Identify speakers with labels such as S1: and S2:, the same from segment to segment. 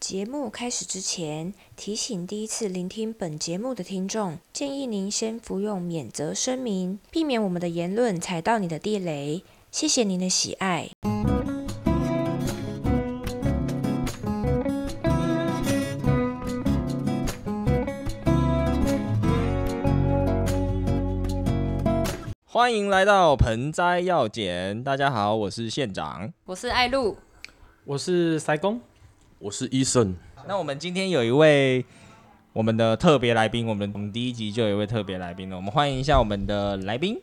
S1: 节目开始之前，提醒第一次聆听本节目的听众，建议您先服用免责声明，避免我们的言论踩到你的地雷。谢谢您的喜爱。
S2: 欢迎来到盆栽药简，大家好，我是县长。
S3: 我是爱露，
S4: 我是塞工，
S5: 我是医生，
S2: 那我们今天有一位我们的特别来宾，我们我们第一集就有一位特别来宾了，我们欢迎一下我们的来宾。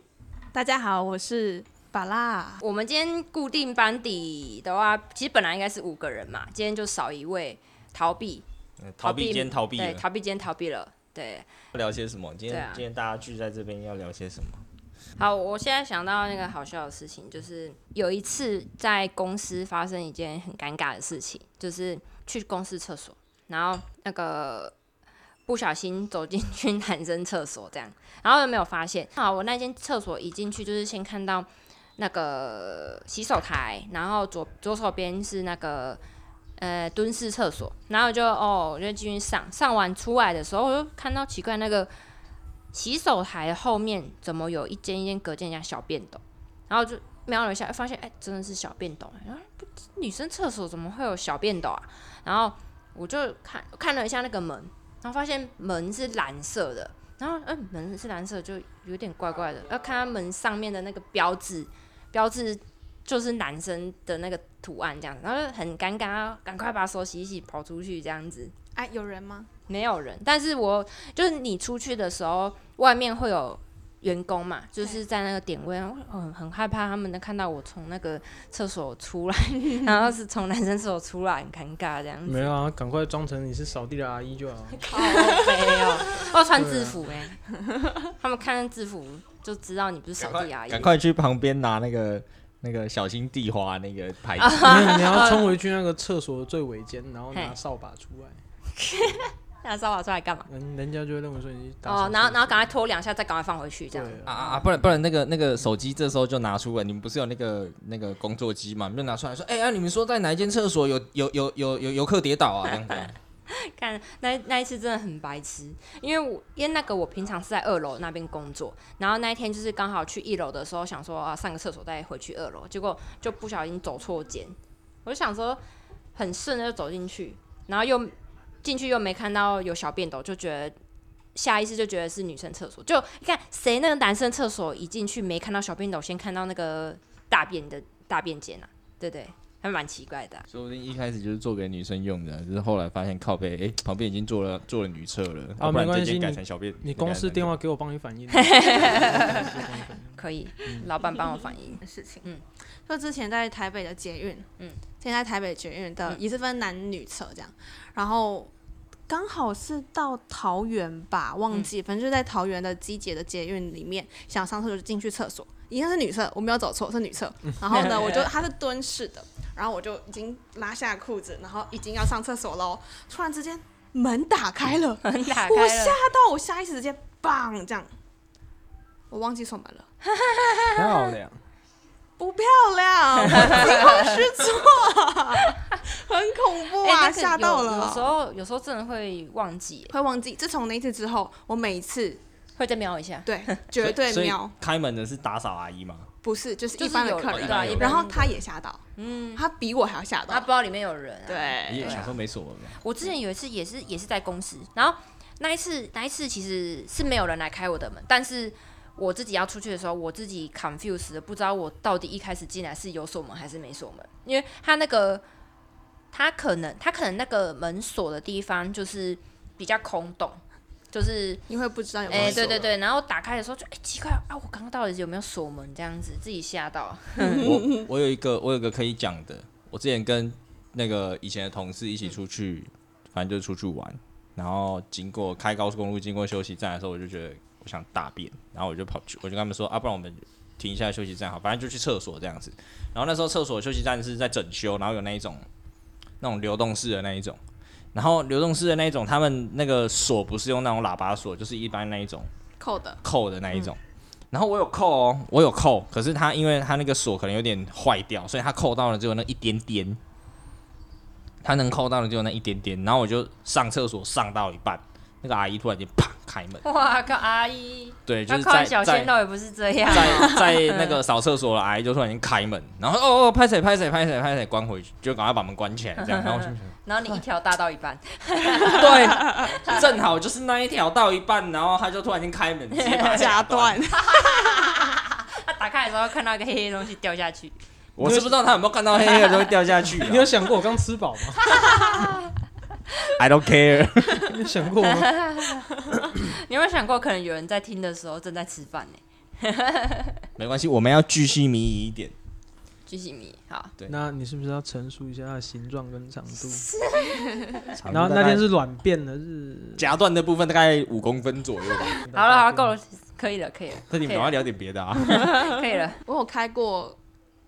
S6: 大家好，我是巴拉。
S3: 我们今天固定班底的话，其实本来应该是五个人嘛，今天就少一位逃避，
S2: 呃逃避兼逃避了，
S3: 对，逃避今天逃避了，对。
S2: 聊些什么？今天、
S3: 对啊
S2: 今天大家聚在这边要聊些什么？
S3: 好，我现在想到那个好笑的事情，就是有一次在公司发生一件很尴尬的事情，就是去公司厕所，然后那个不小心走进去男生厕所这样，然后又没有发现。好，我那间厕所一进去就是先看到那个洗手台，然后左左手边是那个。呃，蹲式厕所，然后就哦，我就继续上，上完出来的时候，我就看到奇怪那个洗手台后面怎么有一间一间隔间像小便斗，然后就瞄了一下，发现哎、真的是小便斗，啊然后不女生厕所怎么会有小便斗啊？然后我就看看了一下那个门，然后发现门是蓝色的，然后嗯、门是蓝色就有点怪怪的，要看它门上面的那个标志，标志就是男生的那个图案这样子，然后就很尴尬，赶快把手洗一洗，跑出去这样子。
S6: 哎、有人吗？
S3: 没有人，但是我就是你出去的时候，外面会有员工嘛，就是在那个点位，我很很害怕他们能看到我从那个厕所出来，然后是从男生厕所出来，很尴尬这样子。
S4: 没有啊，赶快装成你是扫地的阿姨 就好。
S3: 靠背哦，我穿
S2: 啊
S3: 制服哎、他们看制服就知道你不是扫地阿姨。
S2: 赶快去旁边拿那个那个小心地滑那个牌子。
S4: 没有，你要冲回去那个厕所的最尾间，然后拿
S3: 嘿
S4: 扫把出来，
S3: 那扫把出来干嘛？
S4: 人人家就会认为说你是打扫
S3: 哦，然后
S4: 厕所
S3: 然后赶快拖两下，再赶快放回去这样。
S4: 对
S2: 啊
S4: 啊，
S2: 啊啊！不然不然，那个那个手机这时候就拿出来，你们不是有那个那个工作机嘛？你们就拿出来说，哎、呀、你们说在哪一间厕所有有有有有游客跌倒啊？这样子啊
S3: 看那那一次真的很白痴，因为我因为那个我平常是在二楼那边工作，然后那一天就是刚好去一楼的时候，想说啊上个厕所再回去二楼，结果就不小心走错间，我就想说很顺的就走进去，然后又进去又没看到有小便斗，就觉得。下意识就觉得是女生厕所，就你看谁那个男生厕所一进去没看到小便斗，先看到那个大便的大便间啊，对不对？还蛮奇怪的啊、
S2: 说不定一开始就是做给女生用的，只是后来发现靠背，哎、旁边已经做了做了女厕了，
S4: 啊
S2: 要不然
S4: 没关
S2: 这间
S4: 系
S2: 改
S4: 你
S2: 成小便。
S4: 你公司
S2: 改成
S4: 电话给我帮你 反映。
S3: 可以，老板帮我反映。
S6: 的事情，
S3: 嗯
S6: 嗯，就之前在台北的捷运，
S3: 嗯
S6: 嗯，之前在台北捷运的
S3: 嗯
S6: 也是分男女侧这样，然后刚好是到桃园吧，忘记，反正就在桃园的机捷的捷运里面，想上厕所就进去厕所，应该是女厕，我没有走错，是女厕。然后呢，我就它是蹲式的，然后我就已经拉下裤子，然后已经要上厕所喽，突然之间门打开了。
S3: 门打开
S6: 我吓
S3: 了，
S6: 到我下意识直接棒这样，我忘记锁门了，
S4: 漂亮，
S6: 不漂亮，我惊慌失措， 很恐怖
S3: 哎
S6: 啊，
S3: 那个
S6: 吓、到
S3: 有有时
S6: 了。
S3: 候有时候真的会忘记，
S6: 会忘记，自从那一次之后，我每一次
S3: 会再瞄一下。
S6: 对绝对
S2: 所以
S6: 瞄，
S2: 开门的是打扫阿姨嘛？
S6: 不是就是
S3: 就
S6: 一
S3: 是
S6: 般的
S3: 有
S6: 客
S2: 人
S6: 人，
S2: 对啊一般
S6: 然后
S3: 的
S6: 他也吓到，
S3: 嗯，
S6: 他比我还要吓
S3: 他
S6: 到
S3: 不，知道里面有人、啊。，
S2: 你
S6: 哎对，
S2: 也想说没锁门嘛？
S3: 我之前有一次也是也是在公司，然后那一次那一次其实是没有人来开我的门，但是我自己要出去的时候，我自己 confused 了，不知道我到底一开始进来是有锁门还是没锁门，因为他那个他可能他可能那个门锁的地方就是比较空洞，就是
S6: 你会不知道有没有
S3: 哎、
S6: 锁
S3: 对对对，然后打开的时候就哎、奇怪啊，我刚刚到底有没有锁门这样子，自己吓到。
S2: 我我有一个我有一个可以讲的，我之前跟那个以前的同事一起出去，反正就是出去玩，然后经过开高速公路经过休息站的时候，我就觉得我想大便，然后我就跑去，我就跟他们说啊，不然我们停一下休息站好，反正就去厕所这样子。然后那时候厕所休息站是在整修，然后有那一种那种流动式的那一种，然后流动式的那一种，他们那个锁不是用那种喇叭锁，就是一般那一种。
S6: 扣 的，
S2: 扣的那一种。然后我有扣哦，我有扣，可是它因为它那个锁可能有点坏掉，所以它扣到了只有那一点点。他能扣到的就那一点点，然后我就上厕所上到一半，那个阿姨突然间啪开门，
S3: 哇靠，阿姨，
S2: 对，就
S3: 那
S2: 是
S3: 靠
S2: 在
S3: 小
S2: 在
S3: 鲜肉也不是这样，
S2: 在在那个扫厕所的阿姨就突然间开门，然后哦哦拍谁拍谁拍谁拍谁关回去，就赶快把门关起来这样，然后我就想
S3: 然后你一条大到一半，
S2: 对，正好就是那一条到一半，然后他就突然间开门，直接把它
S6: 夹断。
S3: 他打开的时候看到一个黑黑的东西掉下去，
S2: 我是不知道他有没有看到黑黑的东西掉下去、啊。
S4: 你有想过我刚吃饱吗？
S2: I don't care。
S4: 你有想过吗？
S3: 你有没有想过可能有人在听的时候正在吃饭呢？
S2: 没关系，我们要巨细靡遗一点。
S3: 巨细迷，好，
S4: 那你是不是要陈述一下它的形状跟长度？
S2: 长
S4: 然后
S2: 度大
S4: 那
S2: 概
S4: 天是软便的是，
S2: 夹断的部分大概五公分左右 吧。
S3: 好了，好了，够了，可以了，可以 了，
S2: 那你们赶快聊点别的啊！
S3: 可以 了，
S6: 我有开过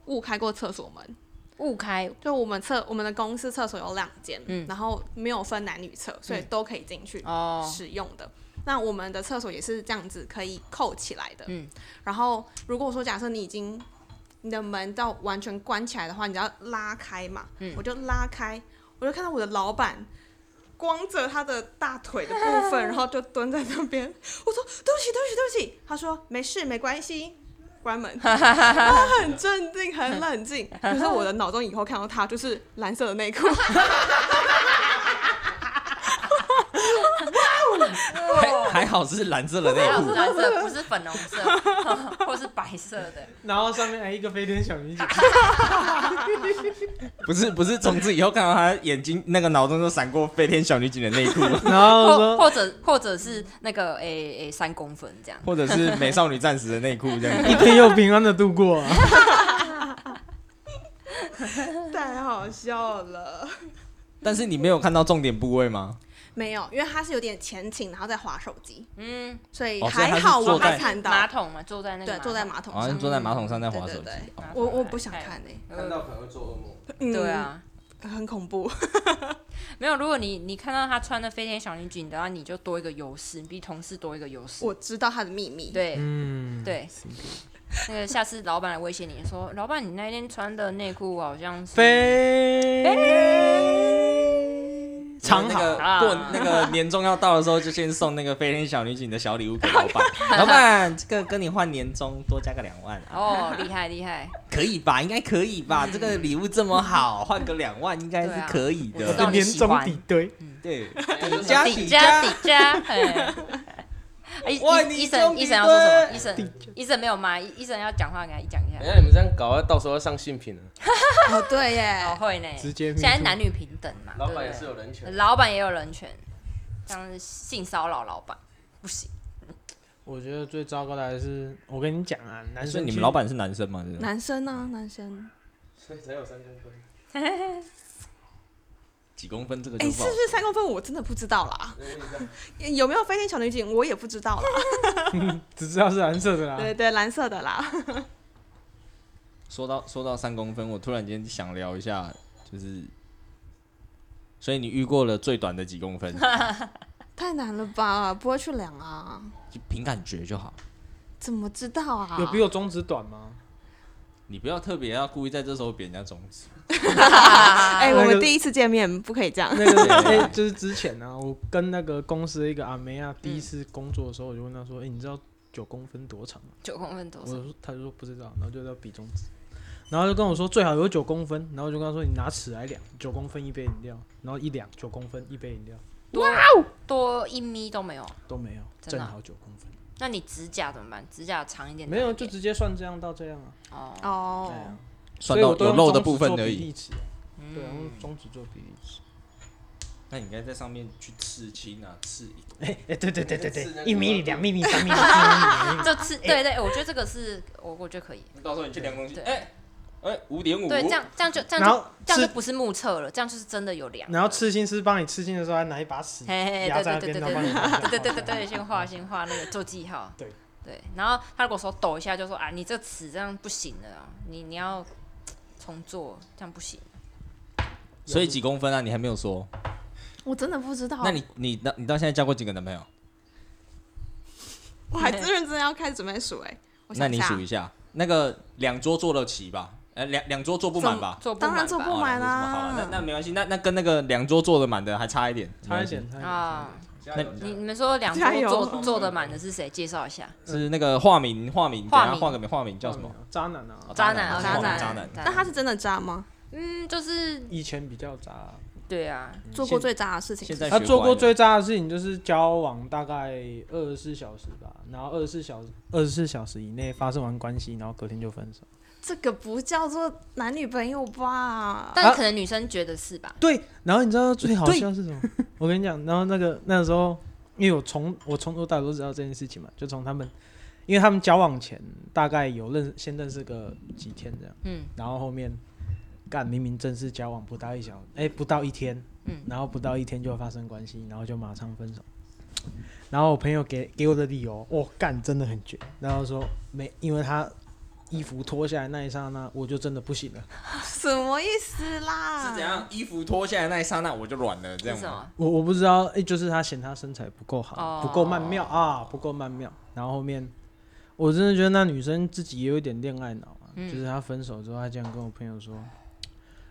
S6: 误开过厕所门，
S3: 误开，
S6: 就我们厕我们的公司厕所有两间，
S3: 嗯
S6: 然后没有分男女厕，所以
S3: 嗯
S6: 都可以进去
S3: 哦，
S6: 使用的。那我们的厕所也是这样子可以扣起来的。
S3: 嗯
S6: 然后如果说假设你已经你的门到完全关起来的话，你要拉开嘛，
S3: 嗯
S6: 我就拉开，我就看到我的老板。光着他的大腿的部 分，然后就蹲在那边。我说：“对不起，对不起，对不起。”他说：“没事，没关系。” 关门，他很镇定，很冷静。可是我的脑中以后看到他就是蓝色的内裤，
S2: 还还好是蓝色的内
S3: 还好是
S2: 裤，
S3: 蓝色，不是粉红色， 或是白色的。
S4: 然后上面还一个飞天小女警，
S2: 不是不是，从此以后看到他眼睛那个脑中就闪过飞天小女警的内 裤，
S4: 然后
S3: 或
S4: 说
S3: 或者或者是那个诶诶三公分这样，
S2: 或者是美少女战士的内裤这样。
S4: 一天又平安的度过啊。
S6: 太好笑了。
S2: 但是你没有看到重点部位吗？
S6: 没有，因为他是有点前倾，然后再滑手机，
S3: 嗯，
S6: 所以
S2: 哦所以他
S6: 还
S2: 是
S6: 好
S2: 坐
S6: 我
S2: 在
S6: 没看到。
S3: 马桶嘛，坐在那个
S6: 对，坐在马桶
S2: 好
S6: 上
S2: 像。坐在马桶上在滑手
S6: 对
S2: 机
S6: 对对，
S2: 哦
S6: 我我不想看诶、
S3: 看呃
S2: 到可能会做噩梦。
S6: 嗯
S3: 哎对，啊，
S6: 很恐怖。
S3: 没有，如果你你看到他穿的飞天小女警的话，你就多一个优势，你比同事多一个优势。
S6: 我知道他的秘密。，
S3: 对
S4: 嗯，
S3: 对，那个下次老板来威胁你说，老板你那天穿的内裤好像是
S4: 飞长
S2: 那个
S4: 好，
S3: 啊
S2: 过那个年终要到的时候，就先送那个飞天小女警的小礼物给老板。老板，这个跟你换年终多加个两万啊，
S3: 哦，厉害厉害，
S2: 可以吧？应该可以吧？这个礼物这么好，换个两万应该
S3: 对啊
S2: 是可以的。
S3: 我知道你
S4: 年
S3: 喜
S4: 终
S3: 欢
S4: 底堆，
S2: 对，底加
S3: 底
S2: 底
S3: 加
S2: 加
S3: 底加，哎。 医
S2: 哇
S3: 医
S2: 你
S3: 医生
S2: 终于
S3: 医生要说什么？
S2: 对
S3: 医生医生没有骂，医医生要讲话，给他讲一下
S5: 等一。下你们这样搞，到时候要上性品了。
S6: 哦对耶，
S3: 哦，会呢，
S4: 直接
S3: 现在男女平等嘛，
S5: 老
S3: 对不
S5: 板也
S3: 对
S5: 是有人权，
S3: 老板也有人权，像是性骚扰老板 不行。
S4: 我觉得最糟糕的还是我跟你讲啊，男
S2: 所以
S4: 生
S2: 你
S4: 去
S2: 们老板是男生吗？是
S6: 男生啊，男生，
S5: 所以才有三公分。
S2: 几公分这个就
S6: 哎、
S2: 是不
S6: 不
S2: 好。
S6: 是三公分？我真的不知道啦，
S5: 我问一下
S6: 有没有飞天小女警我也不知道啦。
S4: 只知道是蓝色的
S2: 啊
S4: 啦。
S6: 对对，蓝色的啦。
S2: 说到说到三公分，我突然间想聊一下，就是，所以你遇过了最短的几公分，
S6: 太难了吧？不会去量啊？
S2: 就凭感觉就好。
S6: 怎么知道啊？
S4: 有比我中指短吗？
S2: 你不要特别要故意在这时候贬人家中指。
S3: 啊
S6: 哎、
S4: 那
S6: 我
S4: 个
S6: 们第一次见面不可以这样。
S4: 那个哎，就是之前呢、啊，我跟那个公司的一个阿梅啊，第一次工作的时候，我就问他说：“哎、你知道九公分多长吗
S3: 九公分？”多
S4: 我
S3: 少？
S4: 说，他就说不知道，然后就要比中指，然后就跟我说最好有九公分，然后我就跟他说你拿尺来量，九公分一杯饮料，然后一量九公分一杯饮料
S3: 多多一米都没有。
S4: 都没有，
S3: 真的
S4: 正
S3: 啊
S4: 好九公分，
S3: 那你指甲怎么办？指甲长一点，
S4: 没有
S3: 短
S4: 就
S3: 一点
S4: 直接算这样到这样啊，
S3: 哦。
S6: 哦
S4: 对，啊，
S2: 算到有漏的部分而
S4: 而
S2: 已。
S4: 已。对啊，我用中指做比例尺。
S2: 那你应该在上面去刺青啊，刺一
S4: 哎、 哎、对对对对
S5: 是那
S4: 对，
S5: 个
S4: 一米、两米、三 米、四米、
S3: 这次
S6: 哎
S3: 对对，我觉得这个是我我觉得可以，
S2: 到时候你去量东西，
S3: 对
S2: 哎哎五点五，
S3: 对这样这样就这
S4: 然
S3: 样
S4: 后
S3: 就这样
S4: 吃
S3: 就不是目测了，这样就是真的有量。
S4: 然后刺青师帮你刺青的时候，还拿一把尺
S3: 嘿嘿
S4: 压在那
S3: 对对
S4: 边，
S3: 对对
S4: 然后帮你
S3: 对
S4: 画下来
S3: 对对对对，先画先画那个做记号。
S4: 对
S3: 对，然后他如果手抖一下，就说啊，你这尺这样不行了啊，你你要重做，这样不行。
S2: 所以几公分啊？你还没有说。
S6: 我真的不知道。
S2: 那你你到你到现在交过几个男朋友？
S6: 我还认真要开始准备数哎、我
S2: 那
S6: 想
S2: 你
S6: 下啊
S2: 数一下，那个两桌坐得齐吧？呃，两两桌坐不满吧？
S3: 做不
S6: 当然
S3: 满
S6: 做
S3: 吧
S6: 不满
S2: 哦好
S6: 啦
S2: 了，。那那没关系，那那跟那个两桌坐的满的还差一点，
S4: 差一点，差一点。
S3: 啊。
S2: 没关系。
S3: 你你们说两
S6: 加
S3: 桌
S6: 油
S3: 坐坐的满的是谁？介绍一下。
S2: 那是那个化名，化名，
S3: 化
S2: 给他
S3: 名
S2: 换个名，化名叫什么？
S4: 渣男啊
S2: 哦？
S3: 渣
S2: 男
S3: 男，
S2: 哦
S3: 渣
S2: 男
S3: 男，
S2: 渣男
S6: 那他是真的渣吗？
S3: 嗯，就是
S4: 以前比较渣，嗯
S3: 对啊，
S6: 做过最渣的事情是
S2: 嗯现
S6: 什
S2: 在
S6: 么？
S4: 他
S2: 学
S4: 做
S2: 乖
S4: 过
S2: 了
S4: 最渣的事情就是交往大概二十四小时吧，然后二十四小时二十四小时以内发生完关系，然后隔天就分手。
S6: 这个不叫做男女朋友吧？
S3: 但可能女生觉得是吧？
S4: 对，然后你知道最好笑是什么？我跟你讲，然后那个那个时候，因为我从我从头到尾都知道这件事情嘛，就从他们，因为他们交往前大概有认先认识个几天这样，
S3: 嗯，
S4: 然后后面干明明正式交往不到一小，哎、不到一天，
S3: 嗯
S4: 然后不到一天就发生关系，然后就马上分手。然后我朋友给给我的理由，我、干真的很绝，然后说没，因为他衣服脱下来那一刹那，我就真的不行了。
S6: 什么意思啦？
S2: 是怎样？衣服脱下来那一刹那我就软了，这
S3: 是哦
S2: 样
S3: 什
S2: 吗？
S3: 么？
S4: 我我不知道，哎、就是他嫌他身材不够好，
S3: 哦
S4: 不够曼妙啊，不够曼妙。然后后面，我真的觉得那女生自己也有一点恋爱脑啊，
S3: 嗯
S4: 就是她分手之后，她竟然跟我朋友说：“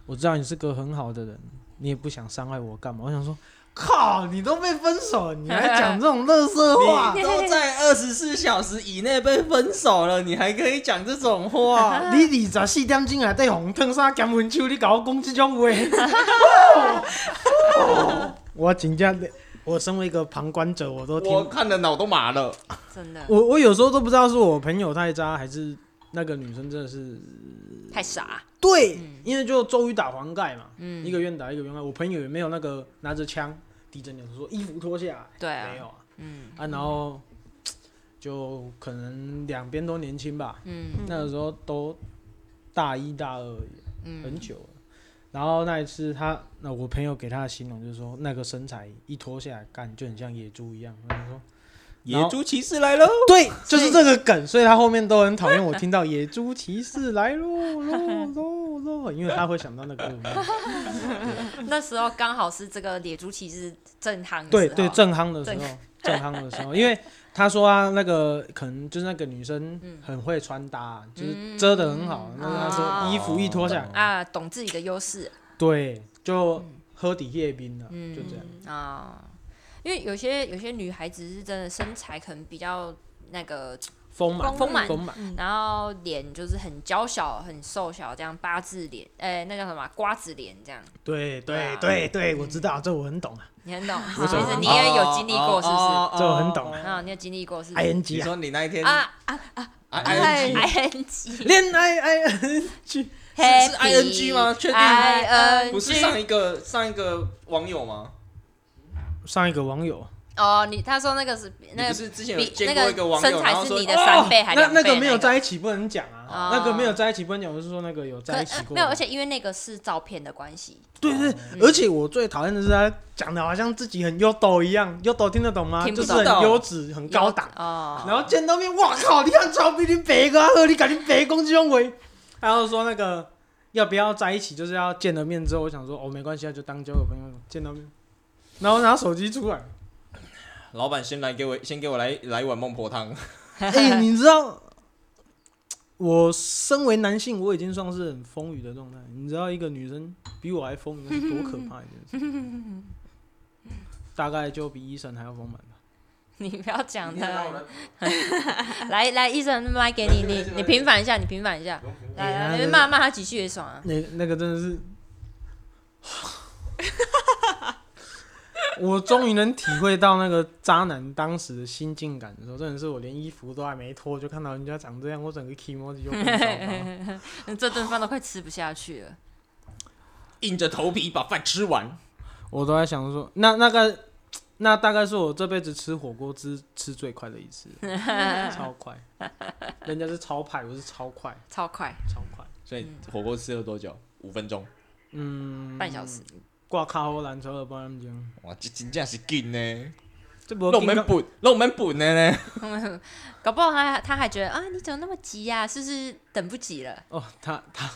S4: 我知道你是个很好的人，你也不想伤害我，干嘛？”我想说，靠，你都被分手了，你还讲这种垃圾 话？
S2: 你都在二十四小时以内被分手了，你还可以讲这种话？
S4: 啊你二十四点钟内底红烫衫咸温手，你甲我讲这种话， 哦我真正，我身为一个旁观者，我都听
S2: 我看的脑都麻了。
S3: 真的
S4: 我我有时候都不知道是我朋友太渣，还是那个女生真的是
S3: 太傻，
S4: 对，因为就周瑜打黄盖嘛，
S3: 嗯
S4: 一个愿打一个愿挨。我朋友也没有那个拿着枪抵着你说衣服脱下来，
S3: 对
S4: 没有
S3: 啊，
S4: 啊
S3: 嗯
S4: 啊，然后就可能两边都年轻吧，
S3: 嗯
S4: 那个时候都大一大二而已，很
S3: 嗯，
S4: 久了。然后那一次他，那我朋友给他的形容就是说，那个身材一脱下来，干就很像野猪一样。我想说，
S2: 野猪骑士来喽！
S4: 对，就是这个梗，所以他后面都很讨厌我听到“野猪骑士来喽喽喽喽”，因为他会想到那个 歌。
S3: 那时候刚好是这个野猪骑士正夯的
S4: 对
S3: 时候
S4: 对，正夯的时候，正夯的时候，因为他说啊，那个可能就是那个女生很会穿搭，就是遮的很好，那他说衣服一脱下来，
S3: 啊，懂自己的优势
S4: 对，就喝底夜冰了，
S3: 嗯
S4: 就这样。
S3: 啊，因为有些有些女孩子是真的身材可能比较那个，
S4: 丰满，
S3: 丰满
S4: 丰满，
S2: 嗯
S3: 然后脸就是很娇小、很瘦小，这样八字脸，哎，那叫什么啊瓜子脸这样。
S4: 对
S3: 对
S4: 对
S3: 啊
S4: 对对，我知道，这我很懂啊，
S3: 你很懂，其
S4: 我懂
S3: 实你也有经历过，是
S2: 哦
S3: 不
S4: 这我很懂
S3: 是？
S4: 啊
S3: 啊，你有经历过是不
S4: ，I
S3: 是？
S4: N
S2: 你
S4: G 啊，
S2: 说你那一天啊
S3: 啊
S6: 哎
S2: i
S3: ，I N G，
S4: 恋爱 I N G，
S2: n 是 i n g 吗？确定
S3: ？I
S2: 吗？
S3: N
S2: 不是
S3: G
S2: 上一个上一个网友吗？
S4: 上一个网友。
S3: 哦，你他说那个是
S2: 你
S3: 那
S2: 不
S3: 个
S2: 是之前有
S3: 比
S2: 见
S3: 那
S2: 过一个
S3: 个
S2: 网
S3: 身
S2: 友，然
S3: 材
S2: 后
S3: 是
S2: 说
S3: 你的三倍还
S4: 哦那
S3: 两倍？
S4: 个没有在
S3: 在，
S4: 一起不能讲啊，
S3: 哦
S4: 那个没有在一起不能讲，我是说那个有
S3: 可呃
S4: 在一起过，
S3: 没有，而且因为那嗯个是照片的关系，
S4: 对对，而且我最讨厌的是他讲的好像自己很优斗一样，优斗听得懂吗？
S3: 听不
S4: 就
S3: 懂
S4: 是很优质、很高档，
S3: 哦，
S4: 然后见到面，哇靠，你看超比你白个喝，你赶紧白公鸡用尾，然后说那个要不要在一起，就是要见了面之后，我想说哦没关系啊，就当交个朋友，见到面，然后拿手机出来，
S2: 老板先来给我先给我来来一碗孟婆汤，
S4: 哎、你知道，我身为男性，我已经算是很风雨的状态。你知道，一个女生比我还风雨，那是多可怕的一件事。 大概就比医生还要丰满吧。
S3: 你不要讲的，来来，医生麦给你，你你平反一下，你平反一下，来来，你骂骂他几句也爽啊，
S4: 那那个真的是， 我终于能体会到那个渣男当时的心境感的时候，真的是我连衣服都还没脱，就看到人家长这样，我整个 emoji 就更糟糕。
S3: 这顿饭都快吃不下去了，
S2: 硬着头皮把饭吃完。
S4: 我都在想说，那那个那大概是我这辈子吃火锅吃吃最快的一次，超快。人家是超派，我是超快，
S3: 超快，
S4: 超快。
S2: 所以火锅吃了多久？五分钟。
S4: 嗯，
S3: 半小时，
S4: 挂卡后篮球的帮他们讲，
S2: 哇，这真正是劲呢，
S4: 这不
S2: 弄
S4: 跟
S2: 门本，弄门本的呢。
S3: 搞不好他他还觉得啊，你怎么那么急呀？是不是等不及了？
S4: 哦，他他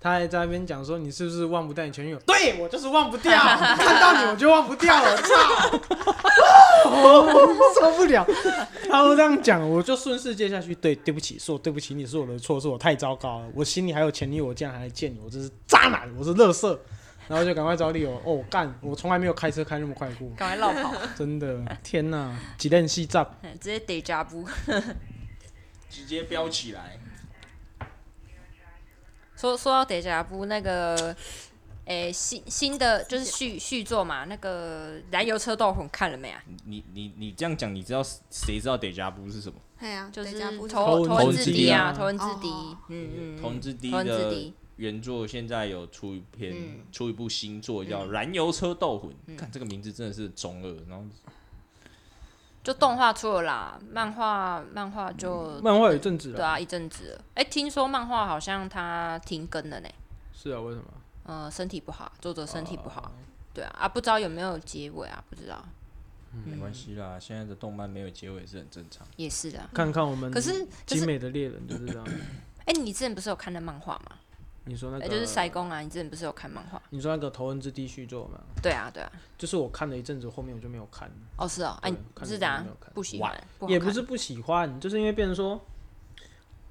S4: 他还在那边讲说，你是不是忘不掉你前女友？对我就是忘不掉，看到你我就忘不掉了，操！我受不了。 他都这样讲，我就顺势接下去。对，对不起，是我对不起你，是我的错，是我太糟糕了。我心里还有前女友，竟然还来见你，我真是渣男，我是乐色。然后就赶快找理由，哦，干，我从来没有开车开那么快 过，
S3: 赶快绕 跑，
S4: 真的，天哪，几任 戏炸
S3: 直接得加布。
S2: 直接飙起来。
S3: 说说到 Deja Vu 那个，诶、新新的就是续续作嘛，那个《燃油车斗魂》看了没啊？
S2: 你你你这样讲，你知道谁知道 Deja Vu 是什么？
S6: 哎呀，
S3: 就是
S6: 等一下不
S3: 头
S4: 头
S3: 头
S2: 文
S3: 文
S2: 字
S3: 字
S2: D
S3: D
S4: 啊
S3: 啊，头文字 D，
S6: 哦
S3: 嗯嗯，
S2: 头文字 D
S3: 头文字
S2: 的
S3: D，
S2: 原作现在有出一篇，
S3: 嗯
S2: 出一部新作叫《燃油车斗魂》，看这个名字真的是中二，然后
S3: 就动画出了啦，漫画漫画就
S4: 漫画有一阵子
S3: 对
S4: 了，
S3: 啊，一阵子了。哎、听说漫画好像它停更了呢，
S4: 是啊，为什么？
S3: 呃，身体不好，作者身体不好，
S4: 哦
S3: 对啊，啊，不知道有没有结尾啊？不知道，
S2: 没关系啦，现在的动漫没有结尾是很正常。
S3: 也是的。
S4: 看看我们，
S3: 可是可
S4: 精
S3: 是，
S4: 美的猎人就是这样。
S3: 哎、你之前不是有看那漫画吗？
S4: 你说那
S3: 哎、
S4: 个
S3: 就是塞工啊，你之前不是有看漫画？
S4: 你说那个头文字 D 续作嘛，
S3: 对啊，对啊。
S4: 就是我看了一阵子，后面我就没有看了，
S3: 哦，是哦，哎、
S4: 对
S3: 你
S4: 看
S3: 是
S4: 了
S3: 怎
S4: 就
S3: 样
S4: 没有看
S3: 不喜欢？不好
S4: 也不
S3: 看
S4: 是不喜欢，就是因为变成说，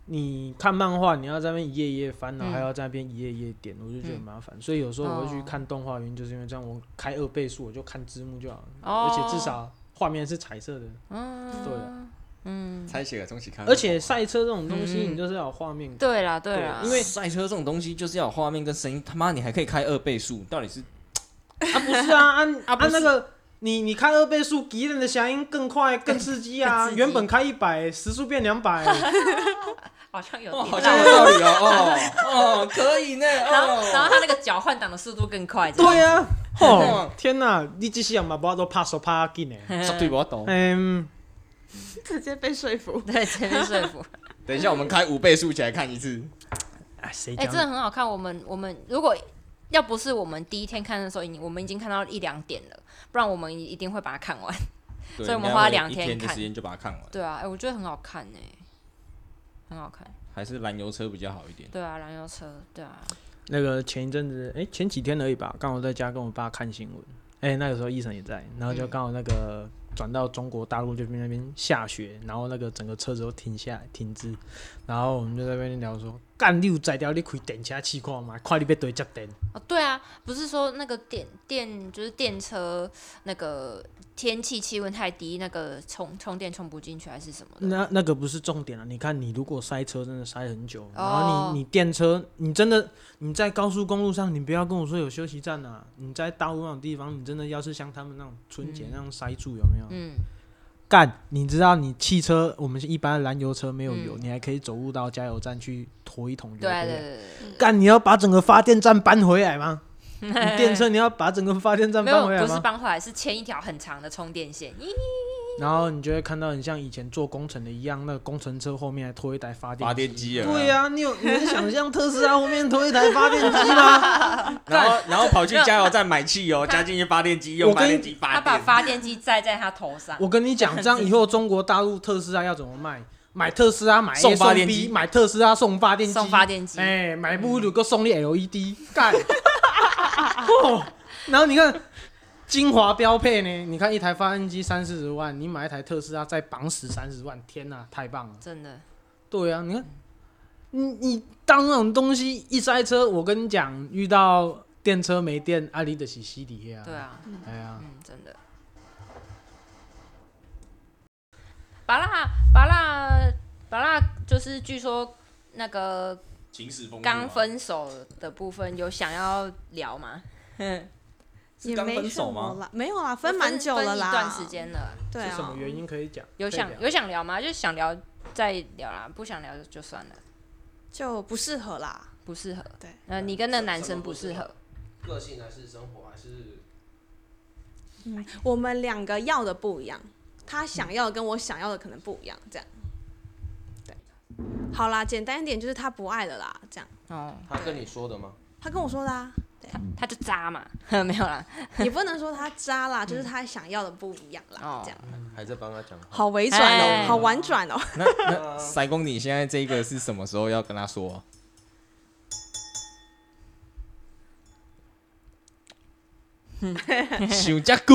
S4: 你看漫画你要在那边一页一页翻，然后还要在那边一页一页点，我就觉得很麻烦，所以有时候我会去
S3: 嗯哦
S4: 看动画，原因就是因为这样，我开二倍速我就看字幕就好了，
S3: 哦嗯
S4: 而且至少画面是彩色的，对啊，
S2: 嗯
S5: 拆写了东西看
S4: 而且赛车这种东西
S3: 嗯
S4: 你就是要有画面感。
S3: 对啦，对啦，
S4: 因为
S2: 赛车这种东西就是要有画面跟声音，他妈你还可以开二倍速，到底是
S4: 啊，不是啊， 按按、啊那个你你开二倍速，敌人的响应更快、更刺激啊！
S3: 更刺激
S4: 原本开一百，时速变 两百，
S3: 好像有
S2: 哦，
S3: 点
S2: 好像有道理哦， 哦哦，可以呢，
S3: 然后 然
S2: 哦，
S3: 后他那个脚换挡的速度更快，这样
S4: 对啊，哦，天哪、你这些人嘛，不要都怕手怕紧呢。
S2: 绝对我懂。
S4: 嗯，
S6: 直接被说服。
S3: 对，前面说服。
S2: 等一下我们开五倍速起来看一次，
S4: 哎，谁
S3: 哎、
S4: 讲
S3: 真的很好看。我们我们如果要不是我们第一天看的时候，已经我们已经看到一两点了，不然我们一定会把它看完。
S2: 对
S3: 所以我们
S2: 应该
S3: 花
S2: 会
S3: 两
S2: 一
S3: 天
S2: 天的
S3: 看
S2: 时间就把它看完，
S3: 对啊，哎、我觉得很好看呢、很好看。
S2: 还是燃油车比较好一点。
S3: 对啊，燃油车，对啊，
S4: 那个前一阵子，哎、前几天而已吧，刚好在家跟我爸看新闻，哎、那个时候医生也在，
S3: 嗯
S4: 然后就刚好那个转到中国大陆这边那边下雪，然后那个整个车子都停下来停滞，然后我们就在那边聊说，干你有在掉你开电车试看嘛，看你要对接电，
S3: 哦，对啊，不是说那个电电就是电车那个天气气温太低，那个充充电充不进去还是什么的？
S4: 那那个不是重点啊，你看你如果塞车真的塞很久，然
S3: 哦
S4: 后你你电车你真的你在高速公路上，你不要跟我说有休息站啊，你在大陆那种地方，你真的要是像他们那种春节那样塞住有没有？
S3: 嗯，
S4: 干，你知道你汽车，我们是一般的燃油车没有油，
S3: 嗯
S4: 你还可以走路到加油站去驮一桶油。
S3: 对啊对
S4: 不
S3: 对对对。
S4: 干，你要把整个发电站搬回 来吗？你电车你要把整个发电站
S3: 没
S4: 搬
S3: 有，
S4: 回来
S3: 不是
S4: 吗？
S3: 搬回来，是牵一条很长的充电线。咦，
S4: 然后你就会看到很像以前做工程的一样，那个工程车后面还拖一台发电
S2: 发电。机啊，
S4: 对呀、你有你能想象特斯拉后面拖一台发电机吗？
S2: 然后然后跑去加油站买汽油，加进去发电机，用
S4: 我跟
S2: 发电机发
S3: 他把
S2: 电。
S3: 发电机栽在他头上，
S4: 我跟你讲，这样以后中国大陆特斯拉要怎么卖？买特斯拉买 A
S2: 送发电机
S4: B，买特斯拉送发电机，
S3: 送发电机。嗯
S4: 哎、买不如个送你 LED 干、 哦，然后你看精华标配呢，你看一台发电机三四十万，你买一台特斯拉再绑死三十万，天哪、太棒了！
S3: 真的，
S4: 对啊，你看你你当那种东西一塞车，我跟你讲，遇到电车没电，啊阿里的洗洗底下，
S3: 对，啊，
S4: 哎呀、
S3: 嗯，真的。巴拉巴拉巴拉，就是据说那个
S2: 秦始皇
S3: 刚分手的部分有想要聊吗？
S2: 是刚分手
S6: 什么
S2: 吗？
S6: 啦？没有啦，分蛮久了
S3: 分
S6: 啦，
S3: 一段时。间了，
S6: 对
S4: 是什么
S6: 啊，
S4: 原因可以讲？
S3: 有
S4: 可以
S3: 想
S4: 讲
S3: 有想聊吗？就想聊再聊啦，不想聊就就算了，
S6: 就不适合啦。
S3: 不适合。
S6: 对，
S3: 呃，你跟那男生不适
S5: 什
S3: 合
S5: 么，个性还是生活还是
S6: 我们两个要的不一样，他想要的跟我想要的可能不一样，这样。对，好啦，简单一点就是他不爱了啦，这样。
S3: 哦，
S5: 他跟你说的吗？
S6: 他跟我说的啊，
S3: 他就渣嘛， 没有啦，
S6: 也不能说他渣啦，
S2: 嗯
S6: 就是他想要的不一样啦
S3: 哦，
S6: 这样。
S5: 还在帮他讲话？
S6: 好委转
S3: 哎
S6: 哦，好婉转哦。
S2: 那那塞工，你现在这个是什么时候要跟他说、 想加久，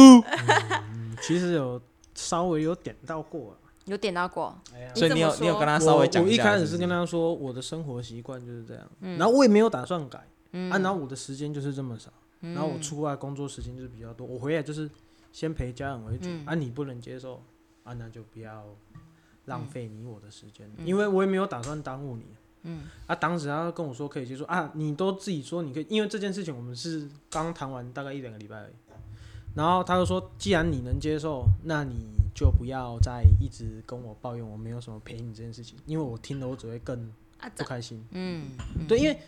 S4: 其实有稍微有点到过、啊。
S3: 有点到过，
S2: 所以
S6: 你
S2: 你有
S6: 怎么
S2: 你有
S6: 说
S2: 跟他
S4: 我
S2: 稍微讲
S4: 我一
S2: 下
S4: 开始
S2: 不嗯
S4: 是跟他说我的生活习惯就是这样，然后我也没有打算改，啊，然后我的时间就是这么少，然后我出外工作时间就是比较多，我回来就是先陪家人为主，啊，你不能接受，啊，那就不要浪费你我的时间，因为我也没有打算耽误你，嗯，啊，当时他跟我说可以接受啊，你都自己说你可以，因为这件事情我们是刚谈完大概一两个礼拜而已，然后他就说，既然你能接受，那你就不要再一直跟我抱怨我没有什么陪你这件事情，因为我听了我只会更
S6: 啊，
S4: 不
S6: 咋
S4: 开心。
S3: 嗯，
S4: 对，因为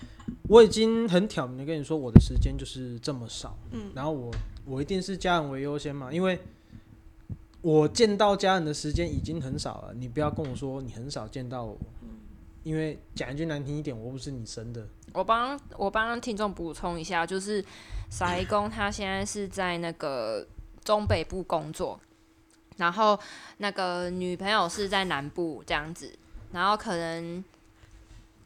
S4: 我已经很挑明的跟你说，我的时间就是这么少，
S6: 嗯
S4: 然后我我一定是家人为优先嘛，因为我见到家人的时间已经很少了，你不要跟我说你很少见到我，
S6: 嗯
S4: 因为讲一句难听一点，我又不是你生的，
S3: 我帮我帮听众补充一下，就是傻一公他现在是在那个中北部工作，然后那个女朋友是在南部这样子，然后可能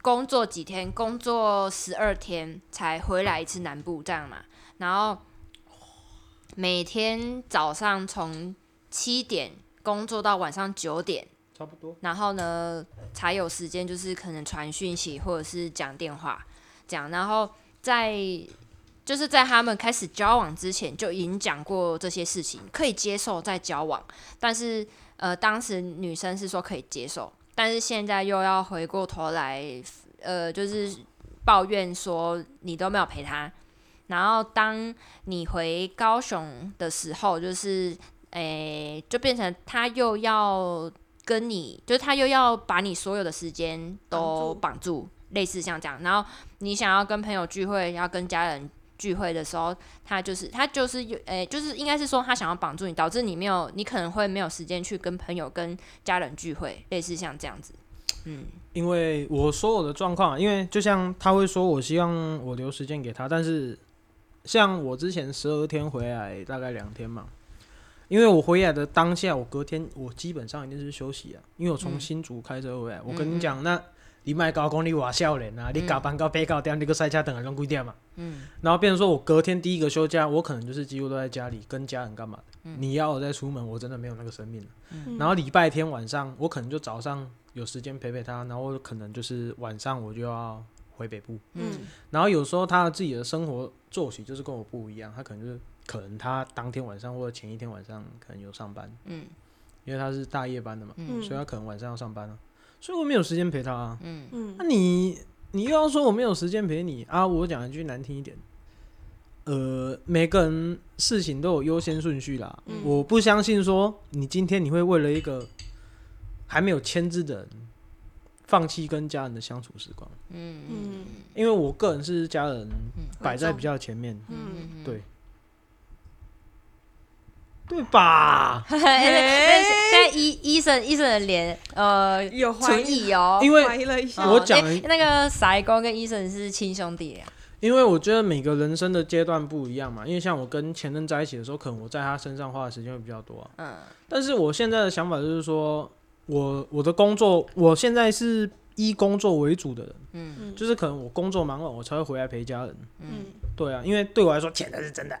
S3: 工作几天，工作十二天才回来一次南部这样嘛，然后每天早上从七点工作到晚上九点。
S4: 差不多。
S3: 然后呢才有时间，就是可能传讯息或者是讲电话这样。然后在就是在他们开始交往之前就已经讲过这些事情，可以接受再交往，但是呃当时女生是说可以接受，但是现在又要回过头来呃就是抱怨说你都没有陪他。然后当你回高雄的时候，就是诶、就变成他又要跟你，就是他又要把你所有的时间都绑住，类似像这样。然后你想要跟朋友聚会，要跟家人聚会的时候，他就是他就是有，诶、就是应该是说他想要绑住你，导致你没有，你可能会没有时间去跟朋友、跟家人聚会，类似像这样子。嗯
S4: 因为我说我的状况啊，因为就像他会说，我希望我留时间给他，但是像我之前十二天回来大概两天嘛，因为我回来的当下，我隔天我基本上一定是休息啊，因为我从新竹开车回来，我跟你讲，那你卖高公你瓦笑脸啊，你加班到背到掉，你个赛车等人弄几点嘛，
S3: 嗯
S4: 然后变成说我隔天第一个休假，我可能就是几乎都在家里跟家人干嘛的你要我再出门，我真的没有那个生命了。然后礼拜天晚上，我可能就早上有时间陪陪他，然后我可能就是晚上我就要回北部。
S6: 嗯，
S4: 然后有时候他自己的生活作息就是跟我不一样，他可能就是可能他当天晚上或者前一天晚上可能有上班，
S3: 嗯
S4: 因为他是大夜班的嘛，
S6: 嗯
S4: 所以他可能晚上要上班啊，所以我没有时间陪他啊。
S3: 嗯，
S6: 嗯
S4: 那、你你又要说我没有时间陪你啊？我讲一句难听一点，呃，每个人事情都有优先顺序啦。
S6: 嗯
S4: 我不相信说你今天你会为了一个还没有签字的人，放弃跟家人的相处时光。
S6: 嗯
S4: 因为我个人是家人摆在比较前面，
S6: 嗯，
S4: 对，对吧？
S3: 但是现在医医生医生的脸呃
S6: 有怀
S3: 存
S6: 疑，
S3: 疑哦，
S4: 因为
S6: 怀疑了一下，
S4: 我讲
S3: 哦那那个傻公跟医生是亲兄弟啊，
S4: 因为我觉得每个人生的阶段不一样嘛，因为像我跟前任在一起的时候，可能我在他身上花的时间会比较多啊。
S3: 嗯
S4: 但是我现在的想法就是说，我我的工作，我现在是以工作为主的人，
S3: 嗯
S6: 嗯
S4: 就是可能我工作忙完，我才会回来陪家人。
S3: 嗯，
S4: 对啊，因为对我来说，钱才是 真的。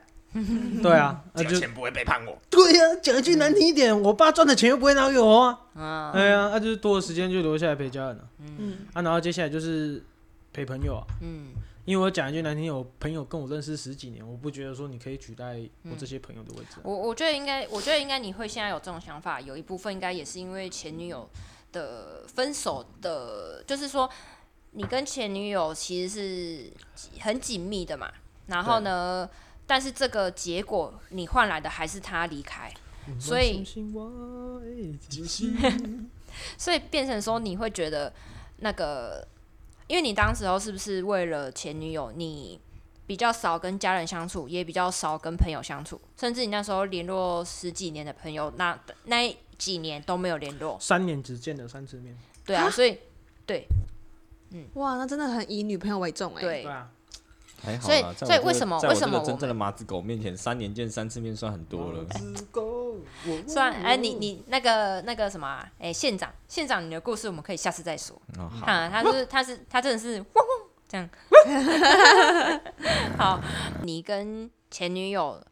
S4: 对啊，那就
S5: 不会背叛我。
S4: 对啊，讲一句难听一点，我爸赚的钱又不会拿给我啊。
S3: 嗯
S4: 哎呀，那、就是多的时间就留下来陪家人了
S6: 嗯
S4: 啊。然后接下来就是陪朋友啊，
S3: 嗯
S4: 因为我讲一句难听，我朋友跟我认识十几年，我不觉得说你可以取代我这些朋友的位置、 啊。
S3: 我我觉得应该，我觉得应该你会现在有这种想法，有一部分应该也是因为前女友的分手的，就是说你跟前女友其实是很紧密的嘛，然后呢，但是这个结果你换来的还是他离开，所以
S4: 相信我爱自己
S3: 所以变成说你会觉得那个，因为你当时候是不是为了前女友，你比较少跟家人相处，也比较少跟朋友相处，甚至你那时候联络十几年的朋友，那那几年都没有联络，
S4: 三年只见了三次面。
S3: 对啊，所以
S6: 哇，那真的很以女朋友为重哎，
S3: 对
S4: 对，啊，
S2: 还好
S3: 所以
S2: 啦，在
S3: 所以
S2: 我这
S3: 为
S2: 个
S3: 什么
S2: 在
S3: 为
S2: 我
S3: 什
S2: 这
S3: 么
S2: 个
S3: 我哦哎
S2: 真
S3: 们
S2: 正的马子狗面前，三年见三次面算很多了。
S3: 算哎，你你那个那个什么、啊，哎、县长县长，你的故事我们可以下次再说。
S2: 哦，好，
S3: 啊，他是他是他真的是汪汪这 样。好，你跟前女友